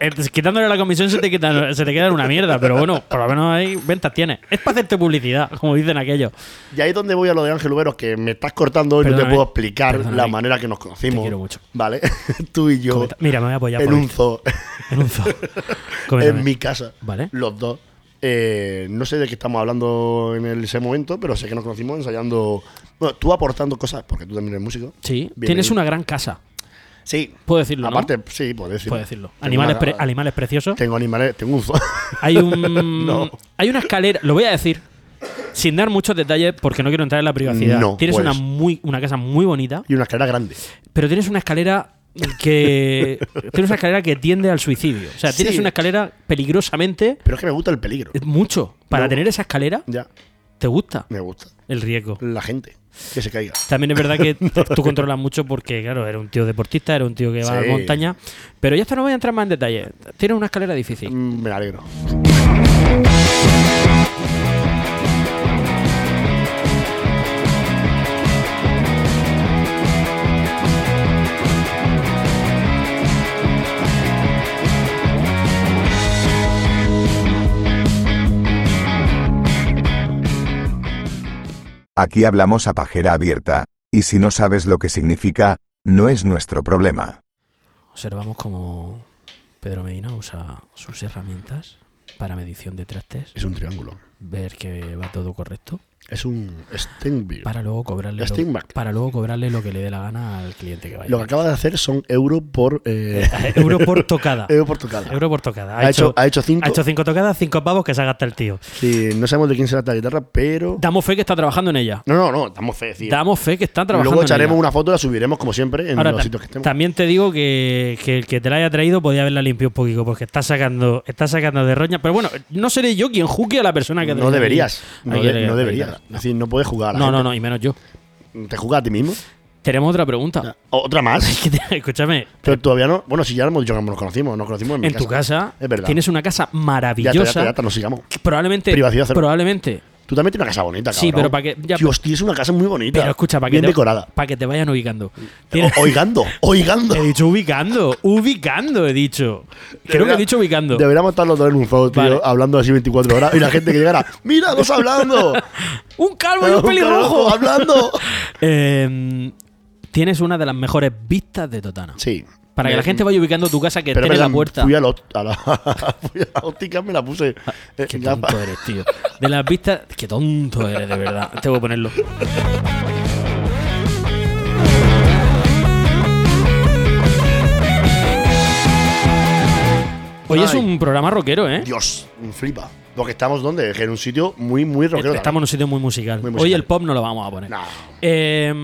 Speaker 8: Eh, quitándole la comisión se te, quitan- se te queda en una mierda, pero bueno, por lo menos hay ventas tienes. Es para hacerte publicidad, como dicen aquellos.
Speaker 7: y ahí es donde voy a lo de Ángel Uberos, que me estás cortando y no te
Speaker 8: Perdóname.
Speaker 7: puedo explicar la
Speaker 8: Perdóname.
Speaker 7: manera que nos conocimos.
Speaker 8: Te quiero mucho.
Speaker 7: Vale, tú y yo.
Speaker 8: Comenta- Mira, me voy a apoyar
Speaker 7: en
Speaker 8: por
Speaker 7: un
Speaker 8: esto.
Speaker 7: zoo.
Speaker 8: En un zoo. Coméntame.
Speaker 7: en mi casa.
Speaker 8: Vale.
Speaker 7: Los dos. Eh, no sé de qué estamos hablando en el- ese momento, pero sé que nos conocimos ensayando. Bueno, tú aportando cosas, porque tú también eres músico.
Speaker 8: Sí,
Speaker 7: Bien
Speaker 8: tienes
Speaker 7: ahí.
Speaker 8: una gran casa.
Speaker 7: Sí.
Speaker 8: Puedo decirlo, ¿no?
Speaker 7: Aparte, sí, puedo decirlo.
Speaker 8: Puedo decirlo.
Speaker 7: Tengo
Speaker 8: Animales,
Speaker 7: una-
Speaker 8: pre- animales preciosos.
Speaker 7: Tengo animales, tengo un zoo.
Speaker 8: Hay un.
Speaker 7: No.
Speaker 8: Hay una escalera. Lo voy a decir. Sin dar muchos detalles porque no quiero entrar en la privacidad.
Speaker 7: No, pues.
Speaker 8: tienes
Speaker 7: puedes.
Speaker 8: una muy una casa muy bonita,
Speaker 7: y una escalera grande.
Speaker 8: pero tienes una escalera que tienes una escalera que tiende al suicidio. O sea, tienes
Speaker 7: Sí.
Speaker 8: una escalera peligrosamente
Speaker 7: Pero es que me gusta el peligro.
Speaker 8: mucho. Para
Speaker 7: No.
Speaker 8: tener esa escalera
Speaker 7: Ya,
Speaker 8: te gusta
Speaker 7: me gusta.
Speaker 8: el riesgo.
Speaker 7: La gente, que se caiga.
Speaker 8: También es verdad que tú controlas mucho porque, claro, era un tío deportista, era un tío que va a la
Speaker 7: Sí.
Speaker 8: montaña. Pero ya esto no voy a entrar más en detalle. Tiene una escalera difícil.
Speaker 7: Mm, Me alegro.
Speaker 11: Aquí hablamos a pajera abierta, y si no sabes lo que significa, no es nuestro problema.
Speaker 8: Observamos como Pedro Medina usa sus herramientas para medición de trastes,
Speaker 7: Es un triángulo.
Speaker 8: ver que va todo correcto,
Speaker 7: Es un Steinbeer.
Speaker 8: para luego cobrarle lo,
Speaker 7: Steinback.
Speaker 8: para luego cobrarle lo que le dé la gana al cliente que vaya.
Speaker 7: Lo que acaba de hacer son euro por. eh,
Speaker 8: Euro por tocada.
Speaker 7: euro por tocada.
Speaker 8: Euro por tocada.
Speaker 7: Ha hecho- ha hecho cinco.
Speaker 8: Ha hecho cinco tocadas, cinco pavos que se ha gastado el tío.
Speaker 7: Sí, no sabemos de quién será esta guitarra, pero.
Speaker 8: Damos fe que está trabajando en ella.
Speaker 7: No, no, no, estamos fe, es decir,
Speaker 8: Damos fe que están trabajando
Speaker 7: Luego
Speaker 8: en
Speaker 7: echaremos
Speaker 8: ella.
Speaker 7: una foto y la subiremos como siempre en
Speaker 8: Ahora,
Speaker 7: los
Speaker 8: ta-
Speaker 7: sitios que estemos.
Speaker 8: también te digo que, que el que te la haya traído podía haberla limpiado un poquito porque está sacando, está sacando de roña. Pero bueno, no seré yo quien juzgue a la persona que
Speaker 7: No deberías. No,
Speaker 8: Ahí
Speaker 7: de-
Speaker 8: le-
Speaker 7: no
Speaker 8: ahí
Speaker 7: deberías.
Speaker 8: le-
Speaker 7: Es decir, no puedes jugar a la
Speaker 8: No, no,
Speaker 7: gente.
Speaker 8: no, y menos yo.
Speaker 7: ¿Te jugas a ti mismo?
Speaker 8: Tenemos otra pregunta.
Speaker 7: Otra más.
Speaker 8: Que te- Escúchame,
Speaker 7: Pero todavía no. Bueno, si ya hemos dicho que nos conocimos, nos conocimos en mi
Speaker 8: en tu casa
Speaker 7: Es verdad.
Speaker 8: tienes una
Speaker 7: Ya
Speaker 8: casa
Speaker 7: está, ya
Speaker 8: maravillosa.
Speaker 7: está, ya está, nos sigamos.
Speaker 8: que Probablemente,
Speaker 7: Privacidad cero.
Speaker 8: probablemente
Speaker 7: Tú también tienes una casa bonita, cabrón.
Speaker 8: Sí, pero para que- ya-
Speaker 7: Tío, hostia, es una casa muy bonita.
Speaker 8: Pero escucha, para que,
Speaker 7: Bien
Speaker 8: te,
Speaker 7: decorada.
Speaker 8: para que te vayan ubicando.
Speaker 7: O- oigando, oigando.
Speaker 8: He dicho ubicando, ubicando, he dicho. Creo que he
Speaker 7: Debería-
Speaker 8: dicho ubicando.
Speaker 7: Deberíamos estar los dos en un fuego, tío,
Speaker 8: Vale.
Speaker 7: hablando así 24 horas. Y la gente que llegara, ¡Mira, dos hablando!
Speaker 8: ¡Un calvo y un
Speaker 7: Un
Speaker 8: pelirrojo!
Speaker 7: carajo, hablando.
Speaker 8: Eh, tienes una de las mejores vistas de Totana.
Speaker 7: Sí.
Speaker 8: Para que
Speaker 7: Me-
Speaker 8: la gente vaya ubicando tu casa que
Speaker 7: Pero
Speaker 8: tiene
Speaker 7: me
Speaker 8: la
Speaker 7: la-
Speaker 8: puerta. Ah,
Speaker 7: Fui a, la opt- a la, fui a la óptica, me la puse. eh,
Speaker 8: Qué
Speaker 7: gafas.
Speaker 8: tonto eres, tío. De las vistas. Qué tonto eres, de verdad. Tengo que ponerlo. Hoy es
Speaker 7: Ay.
Speaker 8: un programa rockero, ¿eh?
Speaker 7: Dios, me flipa. Porque estamos donde? En un sitio muy, muy rockero.
Speaker 8: Estamos en un sitio muy musical.
Speaker 7: Muy
Speaker 8: Hoy
Speaker 7: musical.
Speaker 8: el pop no lo vamos a poner.
Speaker 7: también.
Speaker 8: Eh,
Speaker 7: No.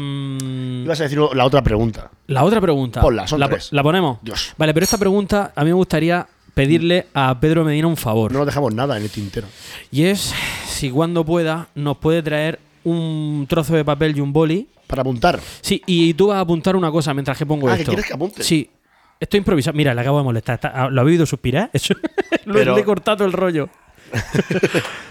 Speaker 8: mm,
Speaker 7: Ibas a decir la otra pregunta.
Speaker 8: la otra pregunta.
Speaker 7: Ponla, son
Speaker 8: la,
Speaker 7: tres.
Speaker 8: la ponemos?
Speaker 7: Dios.
Speaker 8: Vale, pero esta pregunta a mí me gustaría pedirle a Pedro Medina un favor.
Speaker 7: No nos dejamos nada en el tintero.
Speaker 8: Y es si cuando pueda nos puede traer un trozo de papel y un boli.
Speaker 7: Para apuntar.
Speaker 8: Sí, y tú vas a apuntar una cosa mientras que pongo
Speaker 7: Ah, ¿que
Speaker 8: esto.
Speaker 7: quieres que apunte?
Speaker 8: Sí. Estoy improvisando. Mira, le acabo de molestar. Está- ah, ¿Lo habéis oído suspirar? Eso. lo-
Speaker 7: Pero-
Speaker 8: le he cortado el rollo.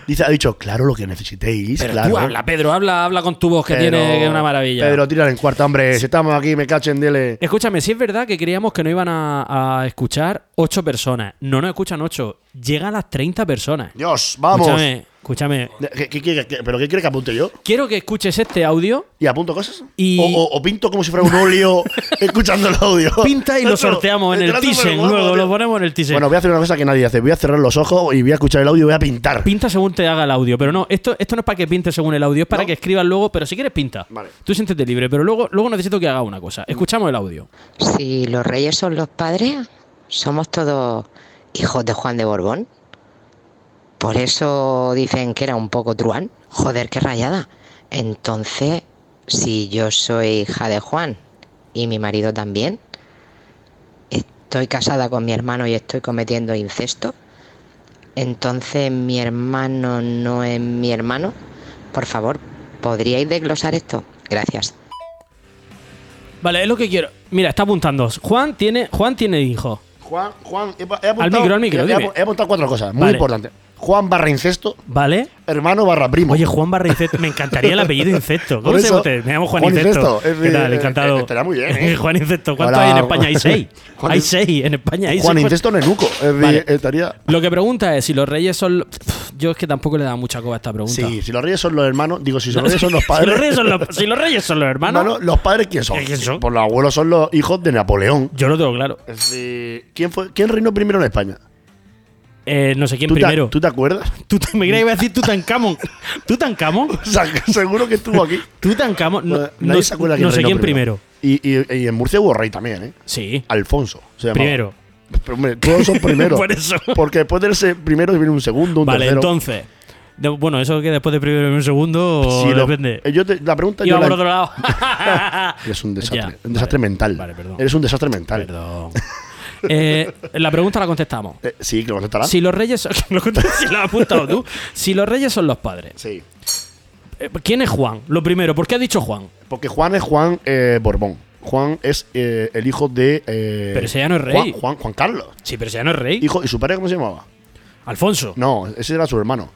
Speaker 7: Dice, ha dicho, claro, lo que necesitéis.
Speaker 8: Pero
Speaker 7: claro.
Speaker 8: tú habla, Pedro. Habla, habla con tu voz que
Speaker 7: Pero-
Speaker 8: tiene que es una maravilla.
Speaker 7: Pedro, tirar en cuarta, hombre. Si estamos aquí, me cachen, dile.
Speaker 8: Escúchame, si es verdad que creíamos que no iban a, a escuchar ocho personas. No nos escuchan ocho. Llega a las 30 personas.
Speaker 7: Dios, vamos.
Speaker 8: Escúchame, escúchame.
Speaker 7: ¿Qué- qué- qué- qué- pero qué quieres que apunte yo?
Speaker 8: Quiero que escuches este audio.
Speaker 7: ¿Y apunto cosas?
Speaker 8: Y-
Speaker 7: O, o- o pinto como si fuera un óleo escuchando el audio.
Speaker 8: Pinta y lo
Speaker 7: Esto-
Speaker 8: sorteamos en el
Speaker 7: esto era
Speaker 8: Tizen.
Speaker 7: superguapo,
Speaker 8: Luego
Speaker 7: tío.
Speaker 8: lo ponemos en el Tizen.
Speaker 7: Bueno, voy a hacer una cosa que nadie hace. Voy a cerrar los ojos y voy a escuchar el audio y voy a pintar.
Speaker 8: Pinta según te haga el audio, pero no, esto, esto no es para que pinte según el audio, es para
Speaker 7: ¿No?
Speaker 8: que escribas luego, pero si quieres pinta.
Speaker 7: Vale.
Speaker 8: Tú siéntete libre, pero luego, luego necesito que haga una cosa. Escuchamos el audio.
Speaker 13: Si los reyes son los padres, somos todos hijos de Juan de Borbón. Por eso dicen que era un poco truán. Joder, qué rayada. Entonces, si yo soy hija de Juan y mi marido también, estoy casada con mi hermano y estoy cometiendo incesto, entonces mi hermano no es mi hermano. Por favor, ¿podríais desglosar esto? Gracias.
Speaker 8: Vale, es lo que quiero. Mira, está apuntando. Juan tiene, Juan tiene hijo.
Speaker 7: Juan, Juan, he, he apuntado,
Speaker 8: micro, al micro,
Speaker 7: he- he
Speaker 8: dime.
Speaker 7: apu- he apuntado cuatro cosas, muy
Speaker 8: Vale.
Speaker 7: importante. Juan barra incesto,
Speaker 8: ¿Vale?
Speaker 7: hermano barra primo.
Speaker 10: Oye, Juan Barra Insecto. Me encantaría el apellido Insecto.
Speaker 7: Por
Speaker 10: ¿Cómo se
Speaker 7: eso,
Speaker 10: llama usted? Me llamo Juan,
Speaker 7: Juan
Speaker 10: Insecto.
Speaker 7: Insecto, es
Speaker 10: ¿Qué
Speaker 7: mi-
Speaker 10: tal?
Speaker 7: eh,
Speaker 10: Encantado.
Speaker 7: eh, estaría muy bien, ¿eh?
Speaker 10: Juan Insecto. ¿Cuántos
Speaker 7: Ahora-
Speaker 10: hay en España? Hay seis.
Speaker 7: Juan
Speaker 8: hay
Speaker 7: In-
Speaker 8: seis en España. Hay
Speaker 7: Juan
Speaker 8: seis.
Speaker 7: incesto nenuco. Es decir,
Speaker 8: Vale.
Speaker 7: estaría-
Speaker 8: Lo que pregunta es si los reyes son. Pff, Yo es que tampoco le da mucha coba a esta pregunta.
Speaker 7: Sí, si los reyes son los hermanos, digo, si los reyes son los
Speaker 8: Si los
Speaker 7: padres.
Speaker 8: reyes son los, si los reyes son los hermanos.
Speaker 7: hermano, ¿Los padres quién son?
Speaker 8: ¿Quién son?
Speaker 7: Pues los abuelos son los hijos de Napoleón.
Speaker 8: Yo lo tengo claro.
Speaker 7: Es decir, ¿quién, fue, ¿quién reinó primero en España?
Speaker 8: Eh, no sé quién
Speaker 7: ¿Tú te-
Speaker 8: primero.
Speaker 7: ¿Tú te acuerdas?
Speaker 8: Tú te- me crees que iba a decir Tutankamón. Tutankamón.
Speaker 7: O sea, que seguro que estuvo aquí.
Speaker 8: Tutankamón. No,
Speaker 7: Pues, nadie
Speaker 8: no-
Speaker 7: se acuerda
Speaker 8: no sé
Speaker 7: reinó
Speaker 8: quién primero.
Speaker 7: Y, y- y en Murcia hubo rey también, ¿eh?
Speaker 8: Sí.
Speaker 7: Alfonso. se llamaba.
Speaker 8: Primero.
Speaker 7: Pero, hombre, todos son primeros.
Speaker 8: Por eso.
Speaker 7: Porque después de ese primero viene un segundo, un
Speaker 8: Vale,
Speaker 7: tercero.
Speaker 8: entonces. de- bueno, eso que después de primero y un segundo
Speaker 7: Si lo-
Speaker 8: depende.
Speaker 7: eh, yo te- la pregunta
Speaker 8: Iba
Speaker 7: yo
Speaker 8: por
Speaker 7: la-
Speaker 8: otro lado.
Speaker 7: Eres un desastre.
Speaker 8: Ya,
Speaker 7: un desastre mental.
Speaker 8: Vale, perdón.
Speaker 7: Eres un desastre mental.
Speaker 8: Perdón. Eh, la pregunta la contestamos.
Speaker 7: Eh, sí, que lo contestará.
Speaker 8: Si los reyes son, lo contest- si la has apuntado tú. Si los reyes son los padres.
Speaker 7: Sí.
Speaker 8: Eh, ¿Quién es Juan? Lo primero, ¿por qué ha dicho Juan?
Speaker 7: Porque Juan es Juan eh, Borbón. Juan es eh, el hijo de. eh,
Speaker 8: Pero ese ya no es rey.
Speaker 7: Juan, Juan, Juan Carlos.
Speaker 8: Sí, pero si ya no es rey.
Speaker 7: Hijo, ¿Y su padre cómo se llamaba?
Speaker 8: Alfonso.
Speaker 7: No, ese era su hermano.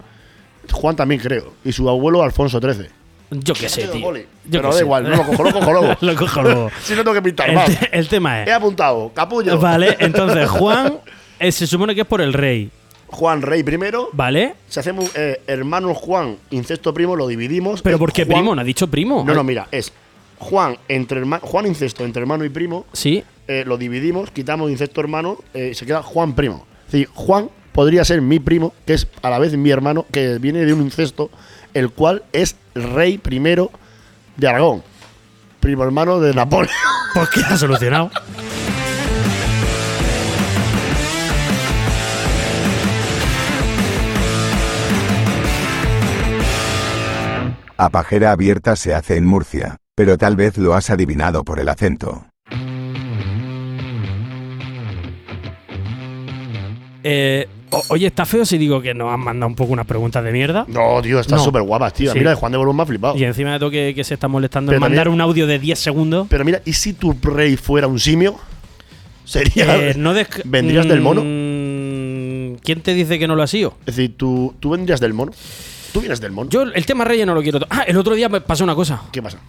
Speaker 7: Juan también, creo. Y su abuelo Alfonso XIII.
Speaker 8: Yo qué sé,
Speaker 7: Pero
Speaker 8: tío.
Speaker 7: boli.
Speaker 8: Yo
Speaker 7: Pero
Speaker 8: qué
Speaker 7: da
Speaker 8: sé.
Speaker 7: igual, no lo cojo, lo cojo luego.
Speaker 8: Lo cojo luego.
Speaker 7: si no tengo que pintar
Speaker 8: El,
Speaker 7: más.
Speaker 8: te- el tema
Speaker 7: He
Speaker 8: es.
Speaker 7: apuntado, capullo.
Speaker 8: Eh. Vale, entonces Juan eh, se supone que es por el rey,
Speaker 7: Juan Rey primero.
Speaker 8: ¿vale?
Speaker 7: Si hacemos eh, hermano Juan, incesto primo, lo dividimos.
Speaker 8: Pero
Speaker 7: Es
Speaker 8: ¿por qué
Speaker 7: Juan-
Speaker 8: primo? No ha dicho primo.
Speaker 7: No, no, mira, es Juan entre herma- Juan incesto entre hermano y primo,
Speaker 8: Sí.
Speaker 7: eh, lo dividimos, quitamos incesto hermano, eh, se queda Juan primo. Es decir, Juan podría ser mi primo, que es a la vez mi hermano, que viene de un incesto, el cual es rey primero de Aragón. Primo hermano de Napoleón.
Speaker 8: ¿Por qué Pues ha solucionado?
Speaker 11: A pajera abierta se hace en Murcia, pero tal vez lo has adivinado por el acento.
Speaker 8: Eh, o- oye, está feo si digo que nos han mandado un poco unas preguntas de mierda.
Speaker 7: No, tío, están
Speaker 8: No.
Speaker 7: súper guapas, tío.
Speaker 8: Sí.
Speaker 7: Mira, Juan de Borbón me ha flipado.
Speaker 8: Y encima de todo que, que se está molestando en
Speaker 7: Pero
Speaker 8: mandar
Speaker 7: también-
Speaker 8: un audio de 10 segundos.
Speaker 7: Pero mira, ¿y si tu rey fuera un simio? Sería.
Speaker 8: Eh, no desc-
Speaker 7: ¿Vendrías del mono?
Speaker 8: Mm, ¿Quién te dice que no lo ha sido?
Speaker 7: Es decir, ¿tú, tú vendrías del mono. Tú vienes del mono.
Speaker 8: Yo el tema reyes no lo quiero. to- Ah, el otro día me pasó una cosa.
Speaker 7: ¿Qué pasa?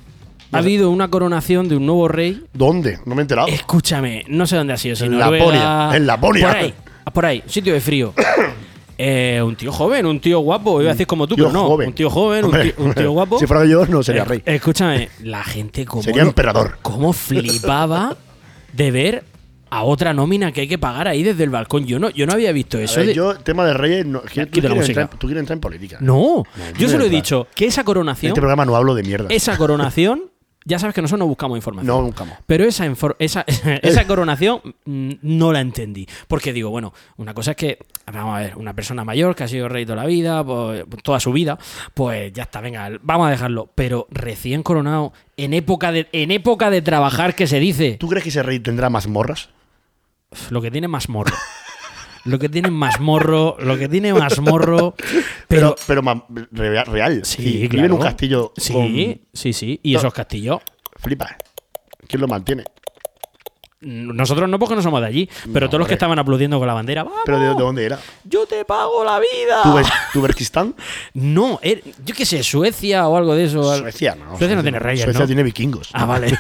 Speaker 8: Ha habido una coronación de un nuevo rey.
Speaker 7: ¿Dónde? No me he enterado.
Speaker 8: Escúchame, no sé dónde ha sido. si
Speaker 7: En
Speaker 8: Noruega-
Speaker 7: Laponia, en Laponia.
Speaker 8: Por ahí, por ahí, sitio de frío. Eh, un tío joven, un tío guapo, iba a decir como tú,
Speaker 7: Tío
Speaker 8: pero no.
Speaker 7: joven.
Speaker 8: Un tío joven, un
Speaker 7: Hombre,
Speaker 8: tío, un tío guapo.
Speaker 7: Si fuera yo, no sería
Speaker 8: Eh,
Speaker 7: rey.
Speaker 8: Escúchame, la gente como.
Speaker 7: Sería emperador.
Speaker 8: Como flipaba de ver a otra nómina que hay que pagar ahí desde el balcón. Yo no, yo no había visto
Speaker 7: A
Speaker 8: eso.
Speaker 7: ver,
Speaker 8: de-
Speaker 7: yo, tema de reyes, no, es que tú,
Speaker 8: Quita la
Speaker 7: quieres
Speaker 8: música.
Speaker 7: entrar, en- tú quieres entrar en política.
Speaker 8: No, yo
Speaker 7: no
Speaker 8: solo he
Speaker 7: entra.
Speaker 8: dicho que esa
Speaker 7: En
Speaker 8: coronación.
Speaker 7: este programa no hablo de mierda.
Speaker 8: Esa coronación, ya sabes que nosotros no buscamos información.
Speaker 7: No, buscamos.
Speaker 8: Pero esa, infor- esa, esa coronación mm, no la entendí. Porque digo, bueno, una cosa es que, vamos a ver, una persona mayor que ha sido rey toda la vida, pues, toda su vida, pues ya está, venga, vamos a dejarlo. Pero recién coronado, en época de, en época de trabajar, que se dice?
Speaker 7: ¿Tú crees que ese rey tendrá mazmorras?
Speaker 8: Lo que tiene más morro. Lo que tiene más morro, lo que tiene más morro. Pero,
Speaker 7: Pero, pero, ma- rea- real.
Speaker 8: Sí,
Speaker 7: Sí, vive en
Speaker 8: claro.
Speaker 7: un castillo.
Speaker 8: Sí,
Speaker 7: con-
Speaker 8: sí, sí. Y
Speaker 7: No.
Speaker 8: esos castillos.
Speaker 7: Flipa. ¿eh? ¿Quién lo mantiene?
Speaker 8: mm, Nosotros no porque no somos de allí, pero todos los
Speaker 7: hombre.
Speaker 8: que estaban aplaudiendo con la bandera, ¡vamos!
Speaker 7: ¿Pero de, de dónde era?
Speaker 8: ¡Yo te pago la vida!
Speaker 7: ¿Tuber- ¿Tuberkistán?
Speaker 8: No, er- yo qué sé, Suecia o algo de eso. al-
Speaker 7: Suecia no.
Speaker 8: Suecia no tiene reyes,
Speaker 7: Suecia
Speaker 8: ¿no?
Speaker 7: tiene vikingos.
Speaker 8: Ah, vale.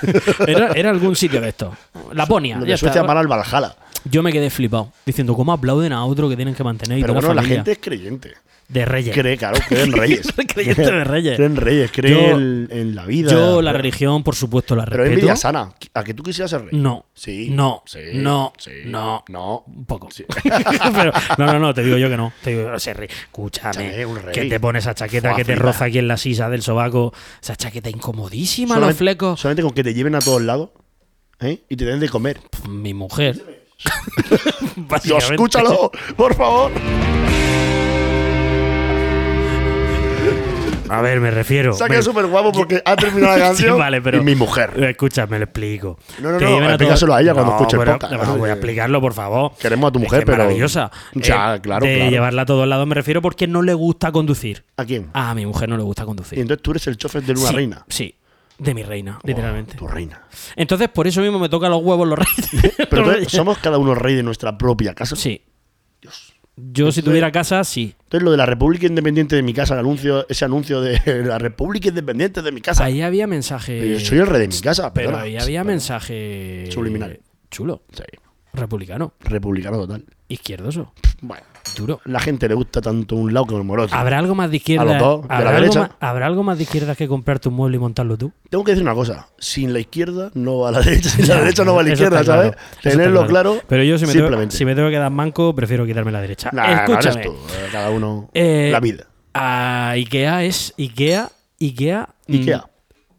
Speaker 8: Era, era algún sitio de esto. Laponia.
Speaker 7: Lo
Speaker 8: ya
Speaker 7: de
Speaker 8: está.
Speaker 7: Suecia van al Valhalla.
Speaker 8: Yo me quedé flipado, diciendo cómo aplauden a otro que tienen que mantener y
Speaker 7: Pero
Speaker 8: toda
Speaker 7: bueno, la
Speaker 8: familia.
Speaker 7: gente es creyente.
Speaker 8: de reyes.
Speaker 7: Cree, claro, cree en reyes.
Speaker 8: Creyente de reyes.
Speaker 7: Cree en reyes, cree
Speaker 8: Yo-
Speaker 7: en, en la vida.
Speaker 8: Yo la
Speaker 7: Pero-
Speaker 8: religión, por supuesto, la
Speaker 7: Pero es
Speaker 8: respeto.
Speaker 7: envidia sana. ¿A que tú quisieras ser rey?
Speaker 8: No.
Speaker 7: Sí.
Speaker 8: No.
Speaker 7: Sí.
Speaker 8: No.
Speaker 7: Sí.
Speaker 8: No.
Speaker 7: No.
Speaker 8: Un poco.
Speaker 7: Sí.
Speaker 8: Pero- no, no, no, te digo yo que no. Te digo, ese rey. Escúchame,
Speaker 7: Escúchame, un rey.
Speaker 8: que te pones esa chaqueta
Speaker 7: Fua,
Speaker 8: que te
Speaker 7: flipa.
Speaker 8: roza aquí en la sisa del sobaco. Esa chaqueta incomodísima, los
Speaker 7: Solamente-
Speaker 8: flecos.
Speaker 7: Solamente con que te lleven a todos lados ¿eh? y te den de comer.
Speaker 8: Mi mujer.
Speaker 7: Dios,
Speaker 8: Básicamente.
Speaker 7: escúchalo, por favor.
Speaker 8: A ver, me refiero.
Speaker 7: Se ha quedado
Speaker 8: me-
Speaker 7: súper guapo porque ha terminado la
Speaker 8: Sí,
Speaker 7: canción.
Speaker 8: vale, pero- eh,
Speaker 7: Y mi mujer.
Speaker 8: Escucha, me lo explico.
Speaker 7: No, no,
Speaker 8: Te
Speaker 7: no,
Speaker 8: llevan a
Speaker 7: explícaselo
Speaker 8: todo-
Speaker 7: a ella cuando
Speaker 8: No,
Speaker 7: escuche el
Speaker 8: pero-
Speaker 7: podcast.
Speaker 8: no, voy a explicarlo, por favor.
Speaker 7: Queremos a tu
Speaker 8: Es
Speaker 7: mujer,
Speaker 8: que es
Speaker 7: pero.
Speaker 8: maravillosa.
Speaker 7: Ya,
Speaker 8: Eh,
Speaker 7: claro,
Speaker 8: De
Speaker 7: claro.
Speaker 8: llevarla a todos lados, me refiero porque no le gusta conducir.
Speaker 7: ¿A quién?
Speaker 8: A mi mujer no le gusta
Speaker 7: Y
Speaker 8: conducir.
Speaker 7: entonces tú eres el chofer de una
Speaker 8: Ah, Sí,
Speaker 7: reina.
Speaker 8: Sí, de mi reina, literalmente.
Speaker 7: Tu reina.
Speaker 8: Entonces, por eso mismo me toca los huevos los reyes.
Speaker 7: Pero
Speaker 8: Los
Speaker 7: entonces,
Speaker 8: reyes.
Speaker 7: somos cada uno rey de nuestra propia casa.
Speaker 8: Sí. Yo, si tuviera casa, sí.
Speaker 7: Entonces, lo de la República Independiente de mi casa, el anuncio, ese anuncio de la República Independiente de mi casa.
Speaker 8: Ahí había mensaje.
Speaker 7: Yo soy el rey de mi casa,
Speaker 8: Pero
Speaker 7: perdona.
Speaker 8: ahí había mensaje.
Speaker 7: Subliminal.
Speaker 8: Chulo.
Speaker 7: Sí,
Speaker 8: Republicano.
Speaker 7: republicano total.
Speaker 8: Izquierdoso.
Speaker 7: Bueno,
Speaker 8: Duro.
Speaker 7: la gente le gusta tanto un lado como el otro.
Speaker 8: ¿Habrá algo más de izquierda?
Speaker 7: A los dos, de la
Speaker 8: ¿habrá, algo
Speaker 7: derecha.
Speaker 8: más, habrá algo más de izquierda que comprarte un mueble y montarlo tú?
Speaker 7: Tengo que decir una cosa: sin la izquierda no va a la derecha, sin la
Speaker 8: Ya,
Speaker 7: derecha no va a la
Speaker 8: eso
Speaker 7: izquierda,
Speaker 8: está
Speaker 7: ¿sabes?
Speaker 8: claro. Eso está
Speaker 7: Tenerlo claro,
Speaker 8: Pero yo, si me, tengo,
Speaker 7: simplemente.
Speaker 8: si me tengo que dar manco, prefiero quitarme la derecha.
Speaker 7: Nah, no eres
Speaker 8: Escúchame.
Speaker 7: tú, eh, cada uno
Speaker 8: Eh,
Speaker 7: la vida.
Speaker 8: a IKEA es IKEA, IKEA. mm,
Speaker 7: Ikea.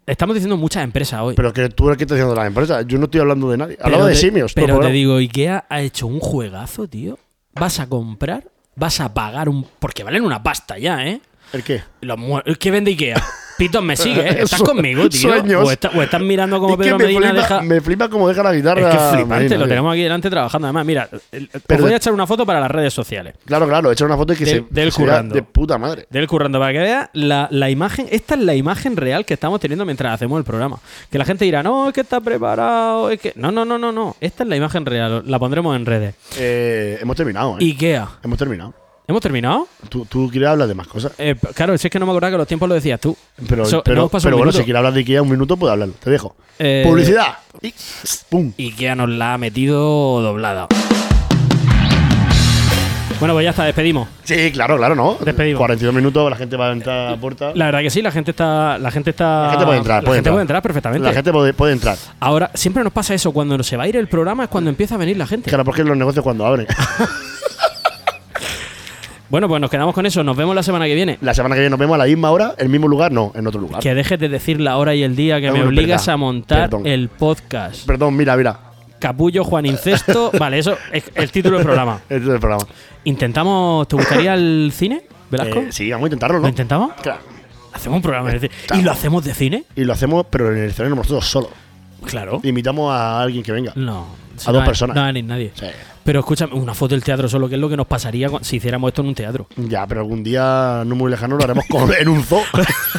Speaker 8: Estamos diciendo muchas empresas hoy.
Speaker 7: Pero que tú eres que estás diciendo las empresas. Yo no estoy hablando de nadie.
Speaker 8: Pero
Speaker 7: Hablaba de
Speaker 8: te-
Speaker 7: simios. todo el
Speaker 8: Pero te
Speaker 7: programa.
Speaker 8: digo, IKEA ha hecho un juegazo, tío. Vas a comprar, vas a pagar un. Porque valen una pasta ya, ¿eh?
Speaker 7: ¿El qué?
Speaker 8: Los mue- ¿Qué vende Ikea? Pitos me sigue, ¿eh? Estás
Speaker 7: Sue-
Speaker 8: conmigo, tío.
Speaker 7: sueños.
Speaker 8: O, está- o estás mirando
Speaker 7: Es
Speaker 8: como
Speaker 7: que
Speaker 8: Pedro
Speaker 7: me,
Speaker 8: Medina
Speaker 7: flipa,
Speaker 8: deja.
Speaker 7: me flipa cómo deja la guitarra.
Speaker 8: es que es flipante,
Speaker 7: Medina,
Speaker 8: lo
Speaker 7: tío.
Speaker 8: tenemos aquí delante trabajando. Además, mira, el- el- os
Speaker 7: Pero-
Speaker 8: voy a echar una foto para las redes sociales.
Speaker 7: Claro, claro, he hecho una foto y que
Speaker 8: Del-
Speaker 7: se,
Speaker 8: del
Speaker 7: se vea
Speaker 8: currando.
Speaker 7: de puta madre.
Speaker 8: Del currando, para que veas la, la imagen. Esta es la imagen real que estamos teniendo mientras hacemos el programa. Que la gente dirá, no, es que está preparado, es que. No, no, no, no, no. Esta es la imagen real. La pondremos en redes.
Speaker 7: Eh, hemos terminado, ¿eh?
Speaker 8: IKEA.
Speaker 7: Hemos terminado.
Speaker 8: ¿Hemos terminado?
Speaker 7: Tú, tú quieres hablar de más cosas.
Speaker 8: Eh, p- claro, si es que no me acordaba que los tiempos lo decías tú.
Speaker 7: Pero,
Speaker 8: So-
Speaker 7: pero,
Speaker 8: no os paso
Speaker 7: pero
Speaker 8: un
Speaker 7: bueno,
Speaker 8: minuto.
Speaker 7: si quieres hablar de Ikea un minuto, puedo hablarlo. Te dejo.
Speaker 8: Eh,
Speaker 7: Publicidad. Y- ¡Pum!
Speaker 8: IKEA nos la ha metido doblada. Bueno, pues ya está, despedimos.
Speaker 7: Sí, claro, claro, ¿no?
Speaker 8: Despedimos.
Speaker 7: 42 minutos, la gente va a entrar a la puerta.
Speaker 8: La verdad que sí, la gente está. La gente está.
Speaker 7: La gente puede entrar,
Speaker 8: la
Speaker 7: puede
Speaker 8: gente
Speaker 7: entrar.
Speaker 8: puede entrar perfectamente.
Speaker 7: La gente puede, puede entrar.
Speaker 8: Ahora, siempre nos pasa eso, cuando se va a ir el programa es cuando empieza a venir la gente.
Speaker 7: Claro, porque los negocios cuando abren.
Speaker 8: Bueno, pues nos quedamos con eso, nos vemos la semana que viene.
Speaker 7: la semana que viene nos vemos a la misma hora, el mismo lugar, no, en otro lugar.
Speaker 8: Que dejes de decir la hora y el día que
Speaker 7: No,
Speaker 8: me
Speaker 7: no,
Speaker 8: obligas
Speaker 7: perdón.
Speaker 8: a montar
Speaker 7: Perdón.
Speaker 8: el podcast.
Speaker 7: Perdón, mira, mira.
Speaker 8: Capullo Juan Incesto. vale, eso es el título del programa.
Speaker 7: Este es el programa.
Speaker 8: Intentamos. ¿Te gustaría el cine, Velasco?
Speaker 7: Eh, sí, vamos a intentarlo, ¿no?
Speaker 8: ¿Lo intentamos?
Speaker 7: Claro.
Speaker 8: Hacemos un programa de cine.
Speaker 7: Claro.
Speaker 8: ¿Y lo hacemos de cine?
Speaker 7: Y lo hacemos, pero en el escenario nosotros solos.
Speaker 8: Claro.
Speaker 7: Invitamos a alguien que venga.
Speaker 8: ¿Oh? No. si
Speaker 7: A
Speaker 8: no
Speaker 7: dos
Speaker 8: hay-
Speaker 7: personas.
Speaker 8: No hay ni nadie.
Speaker 7: Sí.
Speaker 8: Pero escúchame, una foto del teatro solo, que es lo que nos pasaría cu- si hiciéramos esto en un teatro.
Speaker 7: Ya, pero algún día no muy lejano lo haremos con, en un zoo.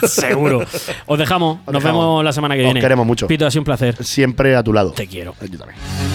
Speaker 8: Seguro. Os dejamos. Nos
Speaker 7: dejamos.
Speaker 8: vemos la semana que
Speaker 7: Os
Speaker 8: viene.
Speaker 7: queremos mucho.
Speaker 8: Pito, ha sido un placer.
Speaker 7: Siempre a tu lado.
Speaker 8: Te quiero.
Speaker 7: Yo también.